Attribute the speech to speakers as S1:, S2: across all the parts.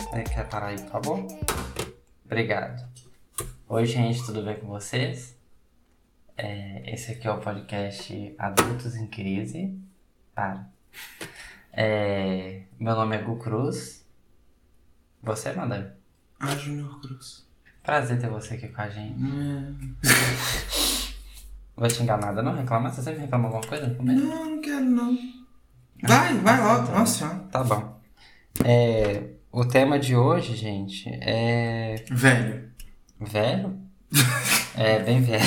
S1: Você quer Né, parar aí, por favor? Obrigado. Oi, gente, tudo bem com vocês? É, esse aqui é o podcast Adultos em Crise. Para. É, meu nome é Gu Cruz. Você, Mandai?
S2: Ah, Júnior Cruz.
S1: Prazer ter você aqui com a gente.
S2: É.
S1: Vou te enganar, não reclamar? Você sempre reclama alguma coisa no começo?
S2: Não, não quero não. Vai, vai logo. Nossa senhora.
S1: Tá bom. É, o tema de hoje, gente, é
S2: Velho.
S1: Velho? é, bem velho.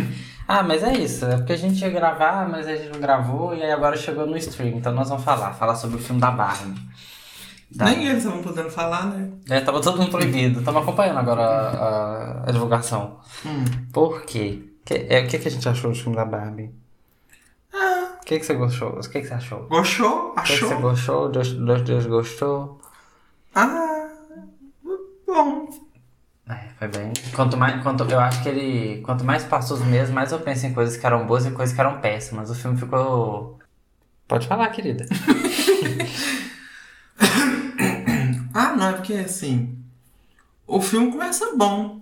S1: ah, mas é isso. É porque a gente ia gravar, mas a gente não gravou e aí agora chegou no stream. Então nós vamos falar. Falar sobre o filme da Barbie. Da...
S2: Nem eles estavam podendo falar, né?
S1: É, tava todo mundo proibido. Tava acompanhando agora a, a- a divulgação.
S2: Hum.
S1: Por quê? Que- é, o que, que a gente achou do filme da Barbie?
S2: Ah,
S1: O que, que você gostou? O que, que você achou? O
S2: gostou?
S1: que, que
S2: Achou?
S1: você gostou? Deus, Deus, Deus gostou?
S2: Ah, bom.
S1: É, foi bem. Quanto mais, quanto, eu acho que ele. Quanto mais passou os meses, mais eu penso em coisas que eram boas e coisas que eram péssimas. O filme ficou. Pode falar, querida.
S2: Ah, não, é porque assim. O filme começa bom.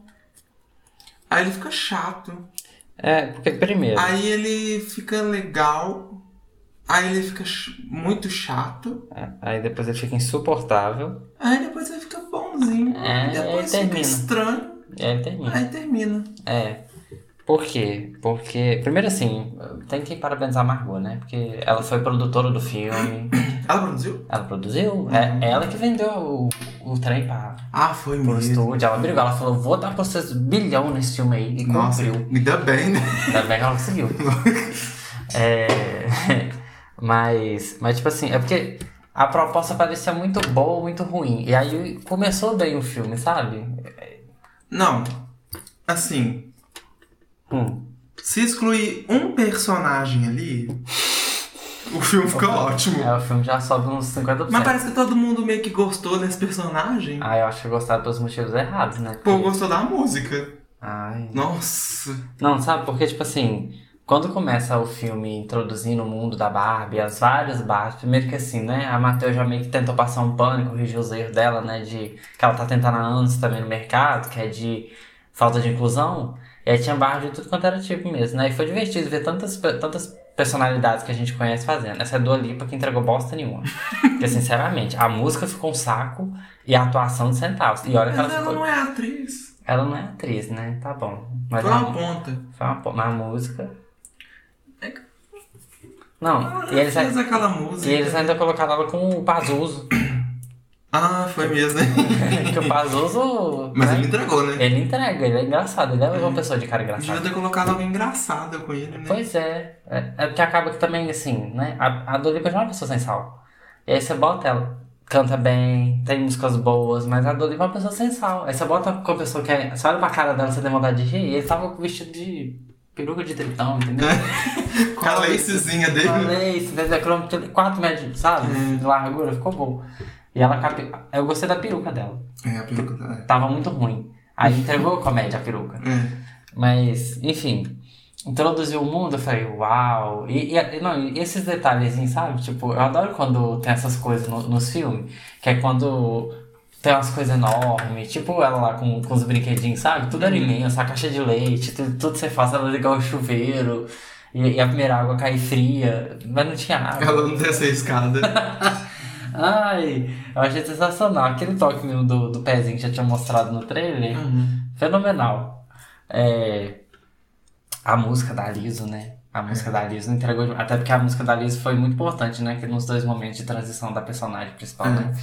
S2: Aí ele fica chato.
S1: É, porque primeiro.
S2: Aí ele fica legal. Aí ele fica ch- muito chato.
S1: é, Aí depois ele fica insuportável.
S2: Aí depois ele fica bonzinho.
S1: É,
S2: depois
S1: aí
S2: fica
S1: termina.
S2: estranho.
S1: E aí ele termina.
S2: Aí termina.
S1: É. Por quê? Porque. Primeiro assim, tem que parabenizar a Margot, né? Porque ela foi produtora do filme.
S2: Ela produziu?
S1: Ela produziu. É ela que vendeu o, o trem pra,
S2: Ah, foi
S1: pro
S2: mesmo.
S1: estúdio. Ela brigou. Ela falou, vou dar pra vocês um bilhão nesse filme aí. E
S2: Nossa,
S1: cumpriu.
S2: ainda bem, né?
S1: Ainda bem que Tá ela conseguiu. É, mas, mas, tipo assim, é porque a proposta parecia muito boa ou muito ruim. E aí começou bem o filme, sabe?
S2: Não. Assim,
S1: Hum.
S2: se excluir um personagem ali, o filme fica ótimo.
S1: É, o filme já sobe uns 50%.
S2: Mas tá- parece que todo mundo meio que gostou desse personagem.
S1: Ah, eu acho que gostaram pelos motivos errados, né?
S2: O povo gostou da música.
S1: Ai.
S2: Nossa.
S1: Não, sabe? Porque, tipo assim, quando começa o filme introduzindo o mundo da Barbie, as várias Barbies, primeiro que assim, né? A Matheus já meio que tentou passar um pano, corrigir os erros dela, né? De que ela tá tentando há anos também no mercado, que é de falta de inclusão. E aí tinha Barbie de tudo quanto era tipo mesmo, né? E foi divertido ver tantas, pe- tantas personalidades que a gente conhece fazendo. Essa é Dua Lipa que entregou bosta nenhuma. Porque, sinceramente, a música ficou um saco e a atuação de centavos. E olha
S2: Mas
S1: que ela
S2: ela
S1: ficou...
S2: não é atriz.
S1: Ela não é atriz, né? Tá bom. Mas
S2: Foi
S1: ela-
S2: uma ponta.
S1: foi uma, po- uma música.
S2: É que-
S1: Não,
S2: Ela
S1: e eles,
S2: fez
S1: a-
S2: aquela
S1: e
S2: música.
S1: eles ainda colocaram ela com o Pazuso.
S2: Ah, foi mesmo, né?
S1: que o Pazuso.
S2: Mas
S1: né,
S2: ele entregou, né?
S1: ele entrega, ele é engraçado, ele é uma pessoa de cara
S2: Devia
S1: engraçada.
S2: ter colocado alguém engraçado com ele, né?
S1: Pois é, é, é porque acaba que também, assim, né? A, a Dolipa já é uma pessoa sem sal. E aí você bota ela, canta bem, tem músicas boas, mas a Dolipa é uma pessoa sem sal. Aí você bota com a pessoa que é. Você olha pra cara dela, você tem vontade de rir, e ele tava vestido de peruca de tritão, entendeu?
S2: Com a lacezinha dele.
S1: Falei, é isso deve ter quilômetro- quatro metros, sabe? De largura, ficou bom. E ela. cabe- Eu gostei da peruca dela.
S2: É, a peruca tá.
S1: Tava muito ruim. Aí entregou a comédia a peruca.
S2: É.
S1: Mas, enfim. Introduziu o mundo, eu falei, uau! E, e- e não, e esses detalhezinhos, sabe? Tipo, eu adoro quando tem essas coisas no- nos filmes, que é quando tem umas coisas enormes, tipo ela lá com, com os brinquedinhos, sabe?
S2: Uhum.
S1: Tudo era imenso, a caixa de leite, tudo, tudo que você faz, ela ligar o chuveiro, e, e a primeira água cai fria, mas não tinha água.
S2: Ela não desce a escada.
S1: Ai, eu achei sensacional. Aquele toque mesmo do, do pezinho que já tinha mostrado no trailer.
S2: Uhum.
S1: Fenomenal. É, a música da Liso, né? A música da Liso entregou. de- Até porque a música da Liso foi muito importante, né? Que nos dois momentos de transição da personagem principal, né?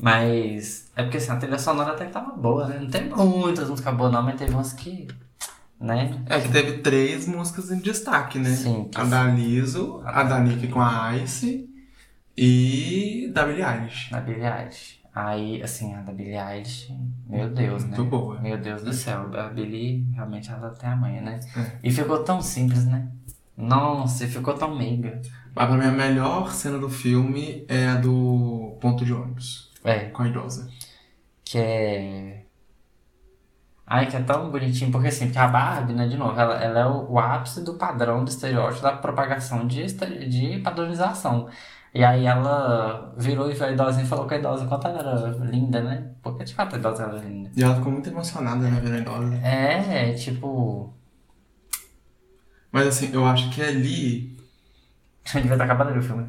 S1: Mas. É porque assim, a trilha sonora até que tava boa, né? Não tem muitas músicas boas, não, mas teve umas que. Né?
S2: É que teve três músicas em destaque, né?
S1: Sim, que
S2: A da Liso, a da Nick com a Ice e da Billie Eilish.
S1: Da Billie Eilish. Aí, assim, a da Billie Eilish, meu Deus, né?
S2: Muito boa.
S1: Meu Deus do céu, a Billie realmente ela tem a manha, né?
S2: É.
S1: E ficou tão simples, né? Nossa, e ficou tão meiga.
S2: Mas pra mim a melhor cena do filme é a do ponto de ônibus
S1: É,
S2: com a idosa.
S1: que é... Ai, que é tão bonitinho, porque assim, porque a Barbie, né, de novo, ela, ela é o, o ápice do padrão do estereótipo da propagação de, estere- de padronização. E aí ela virou e viu a idosa e falou que a idosa, quanto ela era linda, né? Porque de fato a idosa era linda.
S2: E ela ficou muito emocionada na Vila Idosa.
S1: É, tipo.
S2: Mas assim, eu acho que ali.
S1: A gente vai estar acabando ali o filme.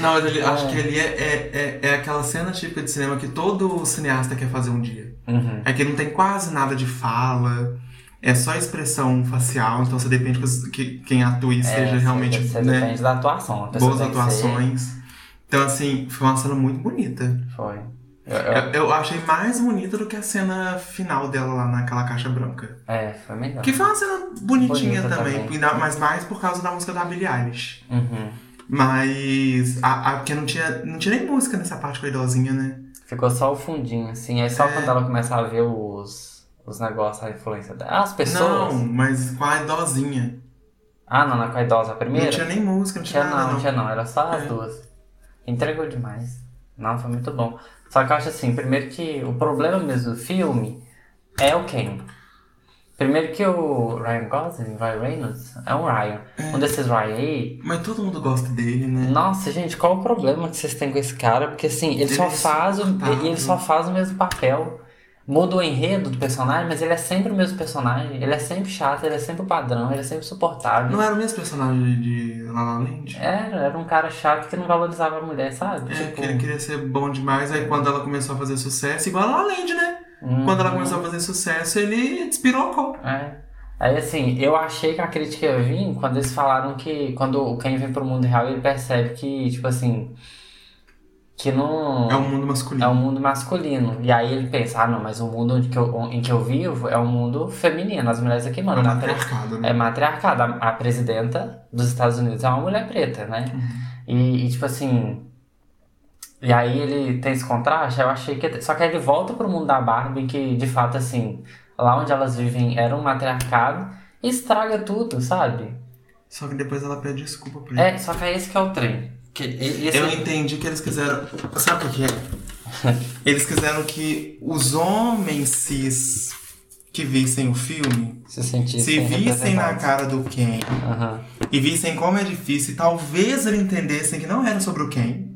S2: Não, mas ali, acho que ali é, é, é, é aquela cena típica de cinema que todo cineasta quer fazer um dia.
S1: Uhum.
S2: É que não tem quase nada de fala, é só expressão facial, então você depende que, os- que quem atue seja
S1: É,
S2: realmente
S1: Você
S2: né,
S1: depende da atuação. A pessoa
S2: boas
S1: tem que ser-
S2: atuações. Então, assim, foi uma cena muito bonita.
S1: Foi. Eu- eu-
S2: Eu, eu achei mais bonita do que a cena final dela lá naquela caixa branca.
S1: é, foi melhor.
S2: Que foi uma cena bonitinha
S1: Bonita
S2: também,
S1: também.
S2: ainda- mas mais por causa da música da Billie Eilish.
S1: Uhum.
S2: Mas. A, a- porque não tinha, não tinha nem música nessa parte com a idosinha, né?
S1: Ficou só o fundinho, assim. Aí só quando ela começa a ver os, os negócios, a influência dela. As pessoas.
S2: Não, mas com a idosinha.
S1: Ah, não, não, com a idosa a primeira?
S2: Não tinha nem música, não tinha,
S1: Tinha não,
S2: nada, não.
S1: tinha não, era só as
S2: É.
S1: duas. Entregou demais. Não, foi muito bom. Só que eu acho assim, primeiro que o problema mesmo do filme é o Ken. Primeiro que o Ryan Gosling, Ryan Reynolds, é um Ryan. Um desses Ryan aí.
S2: Mas todo mundo gosta dele, né?
S1: Nossa, gente, qual o problema que vocês têm com esse cara? Porque assim, ele, só
S2: Ele é
S1: faz o,
S2: insuportável.
S1: ele só faz o mesmo papel. Muda o enredo do personagem, mas ele é sempre o mesmo personagem. Ele é sempre chato, ele é sempre o padrão, ele é sempre suportável.
S2: Não era o mesmo personagem de La La Land?
S1: Era, era um cara chato que não valorizava a mulher, sabe?
S2: É,
S1: tipo,
S2: que ele queria ser bom demais, aí quando ela começou a fazer sucesso, igual a La La Land, né?
S1: Uhum.
S2: Quando ela começou a fazer sucesso, ele despirocou.
S1: é. Aí assim, eu achei que a crítica ia vir quando eles falaram que quando o Ken vem pro mundo real, ele percebe que, tipo assim, que não
S2: É um mundo
S1: é um
S2: masculino.
S1: mundo masculino. E aí ele pensa, ah não, mas o mundo onde que eu- em que eu vivo é um mundo feminino, as mulheres aqui
S2: É um
S1: mandam. A pre-
S2: matriarcado,
S1: É
S2: né?
S1: matriarcado. A, a presidenta dos Estados Unidos é uma mulher preta, né?
S2: Uhum.
S1: E, e, tipo assim. E aí ele tem esse contraste, eu achei que. Só que aí ele volta pro mundo da Barbie, que de fato, assim, lá onde elas vivem era um matriarcado e estraga tudo, sabe?
S2: Só que depois ela pede desculpa pra ele.
S1: É, só que é esse que é o trem. Que, e- esse-
S2: Uhum.
S1: é
S2: Eu entendi que eles quiseram. Sabe o que é? Eles quiseram que os homens cis que vissem o filme
S1: se sentissem
S2: se vissem na
S1: representados.
S2: cara do Ken
S1: Aham.
S2: e vissem como é difícil, e talvez eles entendessem que não era sobre o Ken,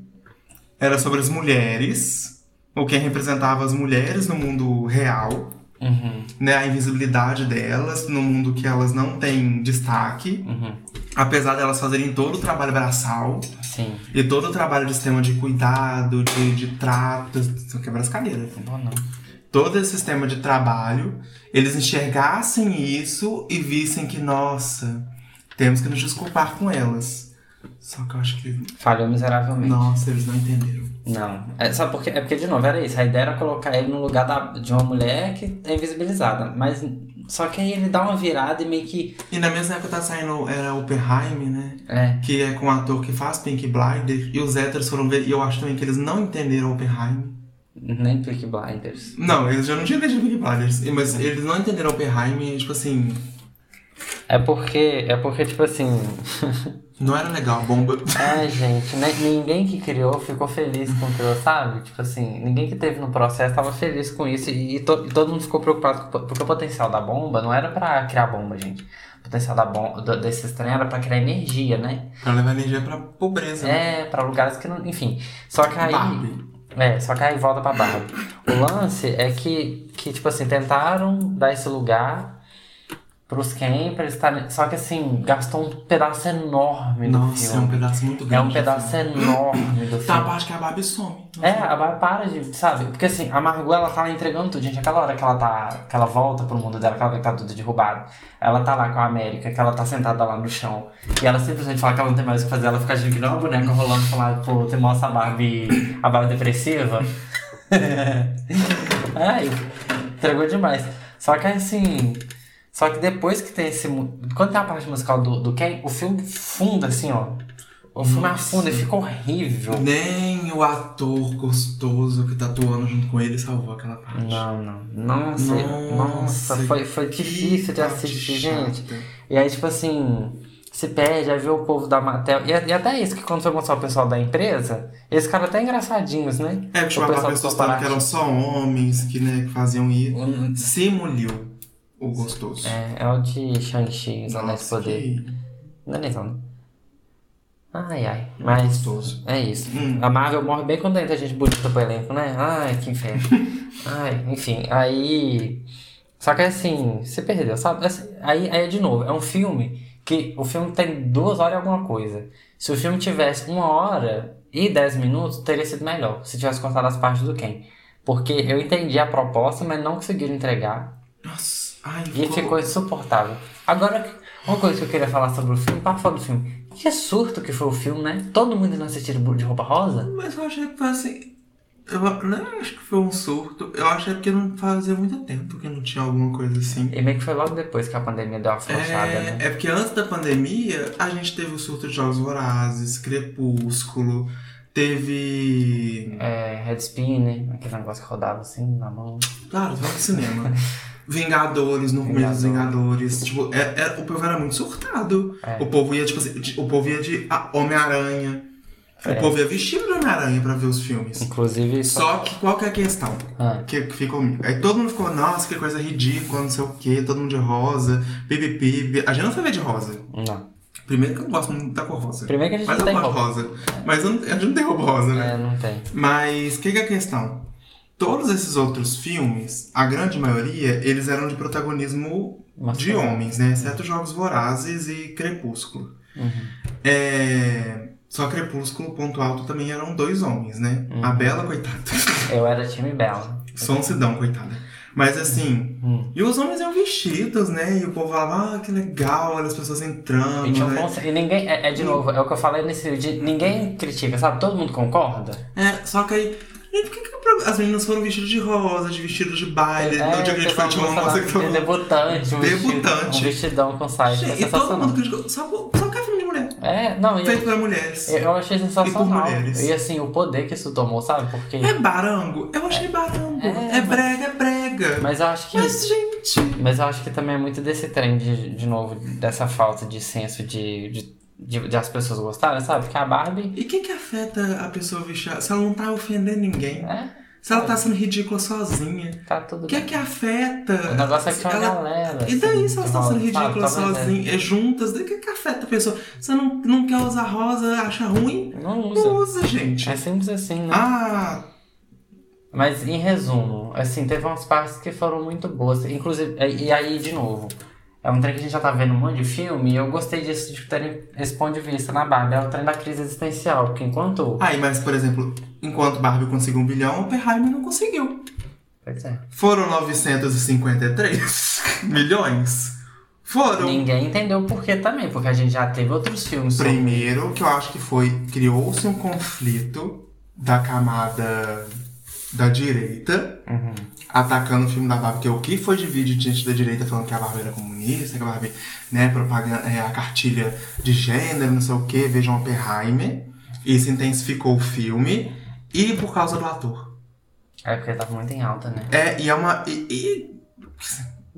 S2: era sobre as mulheres, o Ken representava as mulheres no mundo real,
S1: Uhum.
S2: né, a invisibilidade delas, no mundo que elas não têm destaque,
S1: Uhum.
S2: apesar delas fazerem todo o trabalho braçal
S1: Sim.
S2: e todo o trabalho de sistema de cuidado, de, de trato, são quebra as cadeiras.
S1: Bom, não.
S2: Todo esse sistema de trabalho, eles enxergassem isso e vissem que, nossa, temos que nos desculpar com elas. Só que eu acho que
S1: Falhou miseravelmente.
S2: Nossa, eles não entenderam.
S1: Não. É, sabe por quê? É porque, de novo, era isso. A ideia era colocar ele no lugar da- de uma mulher que é invisibilizada. Mas. Só que aí ele dá uma virada e meio que.
S2: E na mesma época tá saindo era Oppenheim, né?
S1: É.
S2: Que é com um ator que faz Pink Blinder. E os héteros foram ver. E eu acho também que eles não entenderam Oppenheim.
S1: Nem Peaky Blinders.
S2: Não, eles já não tinham entendido Pink Blinders. e- Mas eles não entenderam Oppenheim. E, tipo assim,
S1: É porque. É porque, tipo assim.
S2: não era legal a bomba.
S1: Ai, gente, né? ninguém que criou ficou feliz com o criou, sabe? Tipo assim, ninguém que teve no processo tava feliz com isso. E, to- e todo mundo ficou preocupado com- porque o potencial da bomba não era pra criar bomba, gente. O potencial da bomba do- desse estranho era pra criar energia, né?
S2: pra levar energia pra pobreza. né?
S1: É, pra lugares que não. Enfim. Só que aí.
S2: Barbie.
S1: É, só que aí volta pra Barbie. O lance é que, que tipo assim, tentaram dar esse lugar pros Ken, pra eles estarem. Só que assim, gastou um pedaço enorme do
S2: Nossa, é um
S1: filme.
S2: pedaço muito
S1: É um
S2: grande.
S1: pedaço enorme do filme.
S2: Tá a parte que a Barbie some.
S1: É, a Barbie para de, sabe? Porque assim, a Margot ela tá lá entregando tudo, gente. Aquela hora que ela tá, que ela volta pro mundo dela, que ela vê que tá tudo derrubado. Ela tá lá com a América, que ela tá sentada lá no chão. E ela simplesmente fala que ela não tem mais o que fazer, ela fica achando que não é uma boneca rolando pra lá, pô, tem mostra a Barbie, a Barbie depressiva. Ai, entregou demais. Só que assim. Só que depois que tem esse. mu- Quando tem a parte musical do, do Ken, o filme funda assim, ó. O filme afunda e fica horrível.
S2: Nem o ator gostoso que tá atuando junto com ele salvou aquela parte.
S1: Não, não. Nossa, nossa, foi, foi difícil de
S2: parte
S1: assistir,
S2: chata.
S1: gente. E aí, tipo assim, se perde, aí vê o povo da Matel. E, e até isso, que quando foi mostrar o pessoal da empresa, eles ficaram até engraçadinhos, né?
S2: É, que
S1: O
S2: chamava
S1: pessoal do
S2: pessoas falando que eram só homens, que, né, que faziam isso.
S1: Hum.
S2: Se molhou o gostoso.
S1: É, é o de Shang-Chi, os Anéis de
S2: Nossa,
S1: Poder.
S2: que
S1: Não é lesão, né? Ai, ai. Mas
S2: gostoso.
S1: é isso.
S2: Hum.
S1: A Marvel morre bem quando entra gente bonita pro elenco, né? Ai, que inferno. ai, enfim. Aí. Só que assim, se perdeu, sabe? Assim, aí, aí, de novo, é um filme que o filme tem duas horas e alguma coisa. Se o filme tivesse uma hora e dez minutos, teria sido melhor. Se tivesse cortado as partes do Ken. Porque eu entendi a proposta, mas não conseguiram entregar.
S2: Nossa, ai,
S1: E ficou insuportável. Agora, uma coisa que eu queria falar sobre o filme, para falar do filme. Que surto que foi o filme, né? Todo mundo não assistiu de roupa rosa?
S2: Mas eu achei que foi assim. Eu não acho que foi um surto. Eu achei porque não fazia muito tempo que não tinha alguma coisa assim.
S1: E meio que foi logo depois que a pandemia deu uma flochada, né?
S2: É, é porque antes da pandemia a gente teve o surto de Jogos Vorazes, Crepúsculo, teve.
S1: É, Red Spinner, aquele negócio que rodava assim na mão.
S2: Claro, vai pro cinema. Vingadores, no começo dos Vingadores. Tipo, é- é- o povo era muito surtado.
S1: É.
S2: O povo ia, tipo assim, de- o povo ia de ah, Homem-Aranha.
S1: É.
S2: O povo ia vestido de Homem-Aranha pra ver os filmes.
S1: Inclusive,
S2: Só que qual que é a questão?
S1: Ah,
S2: que, que ficou. Aí todo mundo ficou, nossa, que coisa ridícula, não sei o quê, todo mundo de rosa, pipi, pipi. A gente não foi ver de rosa.
S1: não.
S2: Primeiro que eu não gosto muito da cor rosa.
S1: Primeiro que a gente
S2: Mas
S1: não
S2: eu
S1: tem
S2: gosto de
S1: roupa.
S2: rosa. Mas eu não- a gente não tem roupa rosa, né?
S1: É, não tem.
S2: Mas o que, que é a questão? Todos esses outros filmes, a grande maioria, eles eram de protagonismo
S1: Mas
S2: de homens,
S1: É.
S2: né? Exceto Jogos Vorazes e Crepúsculo.
S1: Uhum.
S2: É, Só Crepúsculo, ponto alto, também eram dois homens, né?
S1: Uhum.
S2: A Bela, coitada.
S1: Eu era time Bela.
S2: Sonsidão, coitada. Mas assim,
S1: Hum.
S2: e os homens iam vestidos, né? E o povo falava, ah, que legal, olha as pessoas entrando,
S1: E, tinha um
S2: né?
S1: conce- e ninguém. É, é de novo, é o que eu falei nesse vídeo. de- Ninguém critica, sabe? Todo mundo concorda.
S2: É, só que aí. gente, Por que, que o pro- as meninas foram vestidas de rosa, de vestido de baile?
S1: É,
S2: no dia que a gente foi, Ah, tinha uma moça
S1: tava...
S2: que falou.
S1: Debutante, um
S2: Debutante.
S1: vestido- Um vestidão com saia. Foi
S2: Gente, e todo
S1: sensacional.
S2: mundo criticou. Só, só que é filme de mulher.
S1: É, não, e
S2: Feito
S1: eu,
S2: para mulheres.
S1: eu achei sensacional.
S2: E por mulheres.
S1: E, assim, o poder que isso tomou, sabe? Porque.
S2: É barango? Eu achei barango.
S1: É,
S2: É,
S1: mas-
S2: brega, é brega.
S1: Mas eu acho que.
S2: Mas, gente.
S1: Mas eu acho que também é muito desse trem, de, de novo, dessa falta de senso de, de, de- de as pessoas gostarem, sabe? Porque a Barbie.
S2: E o que, que afeta a pessoa vestir? Se ela não tá ofendendo ninguém,
S1: É,
S2: se ela tá sendo ridícula sozinha.
S1: tá tudo
S2: O que é
S1: bem.
S2: que afeta?
S1: O negócio é que tinha uma
S2: Ela-
S1: galera.
S2: E daí,
S1: assim,
S2: se elas
S1: que
S2: estão sendo
S1: rola- sabe?
S2: ridículas
S1: Talvez, é.
S2: sozinhas, é, juntas, daí o que, que afeta a pessoa? Você não, não quer usar rosa, acha ruim?
S1: Não
S2: Não
S1: usa.
S2: usa, gente.
S1: É simples assim, né?
S2: Ah,
S1: Mas em resumo, assim, teve umas partes que foram muito boas. Inclusive, e e aí, de novo, é um trem que a gente já tá vendo um monte de filme, e eu gostei disso de terem esse ponto de vista na Barbie. É o trem da crise existencial, porque enquanto.
S2: aí, mas, por exemplo, enquanto Barbie conseguiu um bilhão, Oppenheimer não conseguiu.
S1: Pois é.
S2: Foram 953 milhões? Foram.
S1: Ninguém entendeu o porquê também, porque a gente já teve outros filmes sobre.
S2: Primeiro, que eu acho que foi, criou-se um conflito da camada da direita
S1: Uhum.
S2: atacando o filme da Barbie, que o que foi de vídeo de gente da direita falando que a Barbie era comunista, que a Barbie, né, propaganda, é, a cartilha de gênero, não sei o que, vejam Oppenheimer. Isso intensificou o filme e por causa do ator.
S1: É porque tava muito em alta, né?
S2: É, e é uma. E,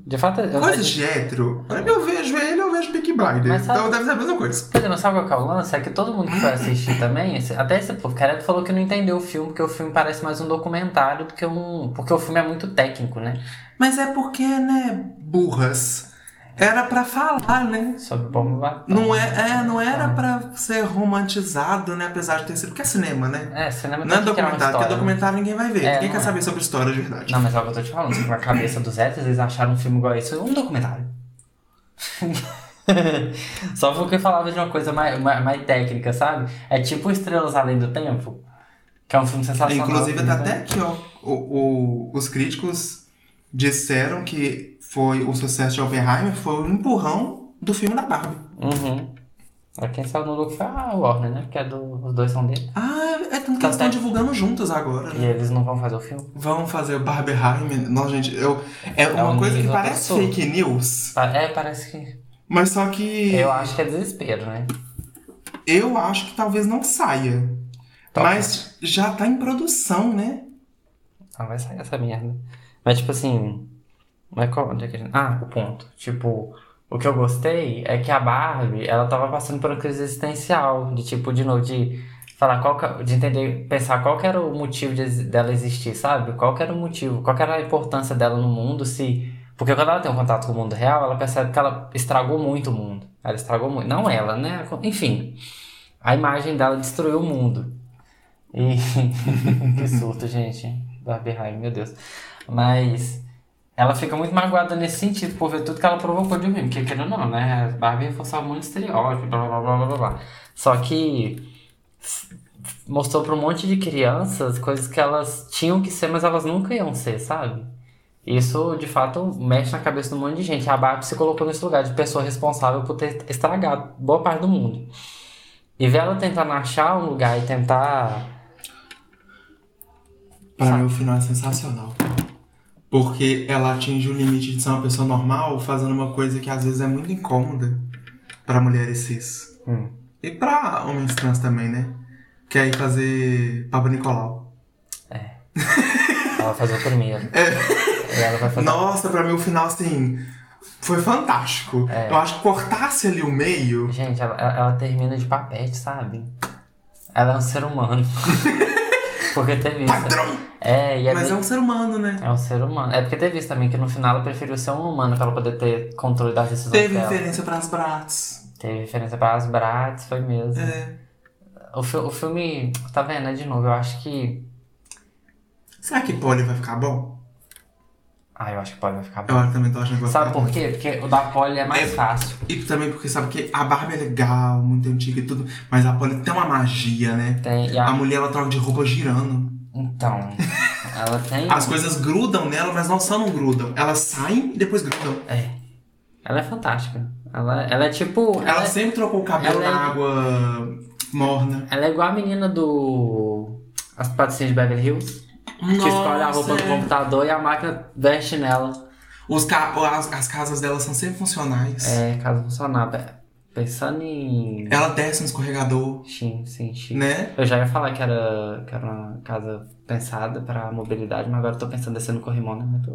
S1: De fato,
S2: e
S1: eu
S2: coisa de hétero, eu vejo ele, eu vejo Big Blinder.
S1: Mas sabe-
S2: Então deve ser a mesma coisa.
S1: Pois é, mas sabe qual que é o lance? É que todo mundo que foi assistir também, esse- até esse povo careto falou que não entendeu o filme, porque o filme parece mais um documentário do que um. Porque o filme é muito técnico, né?
S2: Mas é porque, né, burras. Era pra falar, né?
S1: Sobre bomba batom.
S2: Não, é, é, não era pra ser romantizado, né? Apesar de ter sido. Porque é cinema, né?
S1: É, cinema
S2: Não é
S1: tem que criar uma
S2: documentário,
S1: história. né?
S2: porque documentário ninguém vai ver.
S1: É,
S2: ninguém
S1: não
S2: quer
S1: é.
S2: saber sobre história de verdade.
S1: Não, mas é o que eu tô te falando. tipo, a cabeça dos héteros, eles acharam um filme igual a isso um documentário. Só porque falava de uma coisa mais, mais, mais técnica, sabe? É tipo Estrelas Além do Tempo, que é um filme sensacional.
S2: Inclusive, tá
S1: né?
S2: até aqui, ó. O, o- os críticos disseram que foi o sucesso de Oppenheimer foi o empurrão do filme da Barbie.
S1: Uhum. Aí Quem saiu no look foi a Warner, né? Porque é do, os dois são dele.
S2: Ah, é tanto que
S1: Tá
S2: eles estão
S1: até-
S2: divulgando juntos agora,
S1: E
S2: né?
S1: eles não vão fazer o filme.
S2: Vão fazer o Barbieheimer. Nossa, gente, eu, é uma
S1: um
S2: coisa que
S1: nível
S2: parece
S1: absurdo.
S2: fake news,
S1: Pa- É, parece que.
S2: mas só que
S1: Eu acho que é desespero, né?
S2: eu acho que talvez não saia.
S1: Tá.
S2: Mas já tá em produção, né?
S1: Ah, vai sair essa merda. Mas, tipo assim. Mas qual, onde é que a gente... Ah, o ponto. Tipo, O que eu gostei é que a Barbie, ela tava passando por uma crise existencial, de tipo, de novo, de falar qual que- de entender, pensar qual que era o motivo de- dela existir, sabe? Qual que era o motivo, qual que era a importância dela no mundo, se porque quando ela tem um contato com o mundo real, ela percebe que ela estragou muito o mundo. Ela estragou muito, não ela, né? Enfim, a imagem dela destruiu o mundo. E que surto, gente. Barbie Heim, meu Deus. Mas ela fica muito magoada nesse sentido, por ver tudo que ela provocou de mim. Porque querendo ou não, né? a Barbie reforçava muito estereótipo, blá blá blá blá blá blá. Só que f- f- mostrou pra um monte de crianças coisas que elas tinham que ser, mas elas nunca iam ser, sabe? Isso de fato mexe na cabeça de um monte de gente. A Barbie se colocou nesse lugar de pessoa responsável por ter estragado boa parte do mundo. E ver ela tentando achar um lugar e tentar
S2: Pra
S1: Sabe?
S2: mim, o final é sensacional. Porque ela atinge o limite de ser uma pessoa normal fazendo uma coisa que às vezes é muito incômoda pra mulheres cis.
S1: Hum.
S2: E pra homens trans também, né? Que é ir fazer Papa Nicolau.
S1: Ela vai fazer o primeiro.
S2: É.
S1: E ela vai fazer.
S2: Nossa, pra mim o final, assim, foi fantástico.
S1: É.
S2: Eu acho que cortasse ali o meio.
S1: Gente, ela, ela- ela termina de papete, sabe? Ela é um ser humano. porque teve isso.
S2: Padrão!
S1: É, e é,
S2: Mas é
S1: bem-
S2: um ser humano, né?
S1: é um ser humano. É porque teve isso também, que no final ela preferiu ser um humano pra ela poder ter controle das decisões
S2: Teve
S1: dela.
S2: referência pras brats.
S1: Teve referência para as Bratz, foi mesmo.
S2: É.
S1: O, fi- o filme, tá vendo? É de novo, eu acho que.
S2: Será que Polly vai ficar bom?
S1: Ah, eu acho que pode vai ficar bom.
S2: Eu também tô achando que vai
S1: Sabe
S2: ficar
S1: por
S2: bom.
S1: quê? Porque o da Polly é mais
S2: É.
S1: fácil.
S2: E também porque sabe que a Barbie é legal, muito antiga e tudo, mas a Polly tem uma magia, né?
S1: Tem, e
S2: A
S1: a...
S2: mulher ela troca de roupa girando.
S1: Então, ela tem.
S2: As coisas grudam nela, mas não só não grudam. Elas saem e depois grudam.
S1: É. Ela é fantástica. Ela, ela é tipo.
S2: Ela,
S1: Ela,
S2: sempre trocou o cabelo
S1: ela é-
S2: na água morna.
S1: ela é igual a menina do. As patricinhas de Beverly Hills. que escolhe a roupa
S2: é.
S1: no computador e a máquina veste nela.
S2: Os ca- as, as casas dela são sempre funcionais.
S1: É, caso funcionar. Pe- Pensando em.
S2: Ela desce no escorregador,
S1: Sim, sim, sim.
S2: né?
S1: Eu já ia falar que era, que era uma casa pensada pra mobilidade, mas agora eu tô pensando descendo no corrimão, né? Eu tô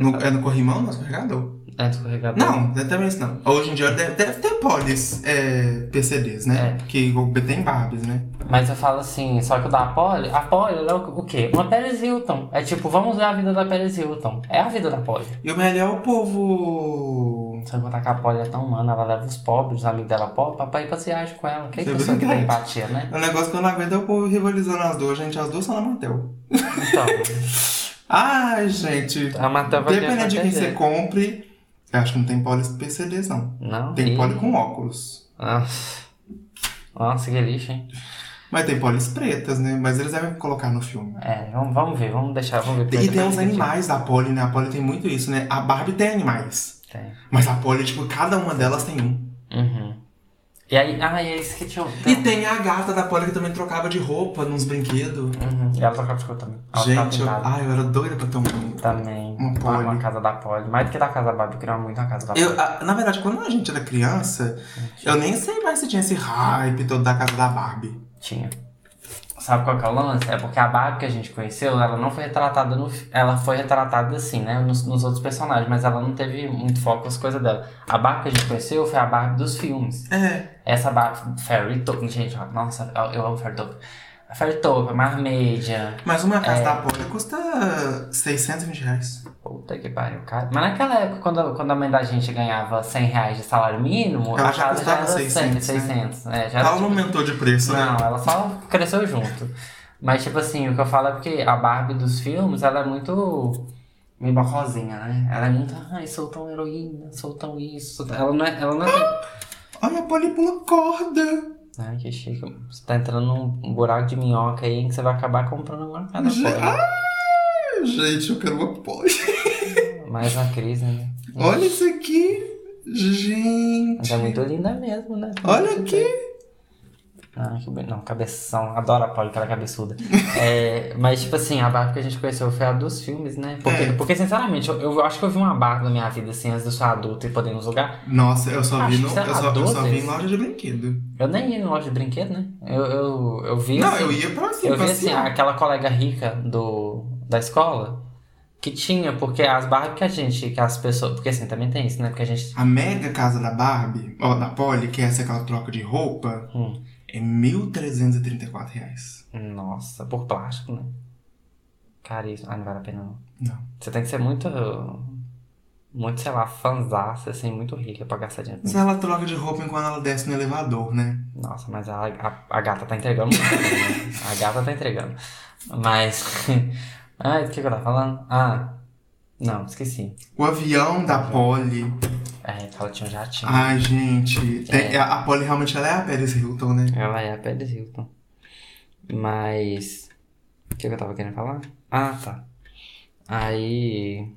S2: No-
S1: pensando-
S2: é no corrimão, no escorregador?
S1: É, escorregador.
S2: Não, não é também isso não. Hoje em dia deve, deve ter polis é, PCDs, né? Que tem Barbies, né?
S1: Mas eu falo assim, só que o da Polly, a Polly ela é o o quê? Uma Paris Hilton. É tipo, vamos ver a vida da Paris Hilton. É a vida da Polly.
S2: E o melhor é o povo.
S1: Você botar que a Polly é tão humana, ela leva os pobres, os amigos dela pobres, papai passear com ela. Que
S2: Isso é
S1: pessoa que tem
S2: verdade.
S1: empatia, né?
S2: O negócio que eu não aguento é o povo rivalizando as duas, gente. As duas são na Mateu.
S1: Então,
S2: Ai, gente.
S1: a Matheus vai
S2: Dependendo de quem você
S1: você...
S2: compre. Eu acho que não tem polis PCDs, não.
S1: Não?
S2: Tem
S1: Ih.
S2: poli com óculos.
S1: Nossa. Nossa, que lixo, hein?
S2: Mas tem polis pretas, né? Mas eles devem colocar no filme.
S1: É, vamos, vamos ver, vamos deixar, vamos ver.
S2: E
S1: primeiro
S2: tem
S1: pra
S2: os
S1: decidir.
S2: animais da poli, né? A poli tem muito isso, né? A Barbie tem animais.
S1: Tem.
S2: Mas a poli, tipo, cada uma delas tem um.
S1: Uhum. E aí, ah, e é isso que tinha. Então,
S2: E tem a gata da poli que também trocava de roupa nos brinquedos.
S1: uhum. E ela tocava escuro também. Ela tava
S2: Gente, eu...
S1: pintada.
S2: ai, eu era doida pra ter um.
S1: Também.
S2: Uma
S1: Uma,
S2: Polly.
S1: uma casa da Polly. Mais do que da casa da Barbie, eu queria muito a casa da Polly.
S2: Eu, a- na verdade, quando a gente era criança, eu nem sei mais se tinha esse hype todo da casa da Barbie.
S1: Tinha. Sabe qual que é o lance? É porque a Barbie que a gente conheceu, ela não foi retratada no. fi- Ela foi retratada assim, né? Nos, nos outros personagens, mas ela não teve muito foco nas coisas dela. A Barbie que a gente conheceu foi a Barbie dos filmes.
S2: É.
S1: Essa Barbie. Fairy Taupe. Gente, ó, nossa, eu, eu amo Fairy Taupe. A Fairy Taupe, a Marmedia.
S2: Mas uma
S1: É.
S2: casa da Polly custa 620 reais.
S1: Puta que pariu, cara. Mas naquela época, quando, quando a mãe da gente ganhava 100 reais de salário mínimo,
S2: Ela
S1: a
S2: já
S1: casa já
S2: custava
S1: era
S2: 600,
S1: 100, 600. né? Já era
S2: Ela não aumentou de preço, né?
S1: Não, ela só cresceu junto. Mas, tipo assim, o que eu falo é porque a Barbie dos filmes, ela é muito. meio bocozinha, né? Ela é muito. Ai, sou tão heroína, sou tão isso. sou tão-" Ela não é. Ela não é...
S2: Olha a Polly pula corda.
S1: Ai, que chique. Você tá entrando num buraco de minhoca aí que você vai acabar comprando uma cada
S2: Ge-
S1: coisa.
S2: Ai, Gente, eu quero uma Polly.
S1: Mais a crise, né?
S2: Olha isso aqui.
S1: Mas
S2: Gente.
S1: é muito linda mesmo, né?
S2: Olha aqui.
S1: Ah, que bonito. Não, cabeção. Adoro a Polly, que ela é cabeçuda. É, mas, tipo assim, a Barbie que a gente conheceu foi a dos filmes, né? Porque,
S2: É.
S1: porque sinceramente, eu, eu acho que eu vi uma Barbie na minha vida, assim, antes de eu ser adulto e poder ir nos lugar.
S2: Nossa, eu só vi,
S1: Acho
S2: no,
S1: que sei
S2: eu
S1: lá,
S2: só, eu só
S1: 12.
S2: vi em loja de brinquedo.
S1: Eu nem ia em loja de brinquedo, né? Eu, eu, eu vi,
S2: Não,
S1: assim,
S2: eu ia pra assim,
S1: eu vi, assim,
S2: passear.
S1: aquela colega rica do, da escola. que tinha, porque as Barbie que a gente, que as pessoas. Porque assim, também tem isso, né? Porque a gente.
S2: A mega casa da Barbie, ó, da Polly, que é essa que ela troca de roupa,
S1: Hum.
S2: é R$ 1.334 reais.
S1: Nossa, por plástico, né? Caríssimo. Ah, não vale a pena não.
S2: Não.
S1: Você tem que ser muito. Muito, sei lá, fanzaça, assim, muito rica pra gastar dinheiro. com
S2: Mas
S1: isso.
S2: ela troca de roupa enquanto ela desce no elevador, né?
S1: Nossa, mas a, a, a gata tá entregando muito. né? A gata tá entregando. Mas. Ai, do que, que eu tava falando? Ah, não, esqueci.
S2: O avião da Polly.
S1: É, que ela tinha um jatinho.
S2: Ai, gente. tem-
S1: É.
S2: a a Polly realmente ela é a Paris Hilton, né?
S1: Ela é a Paris Hilton. Mas. O que, que eu tava querendo falar? Ah, tá. Aí.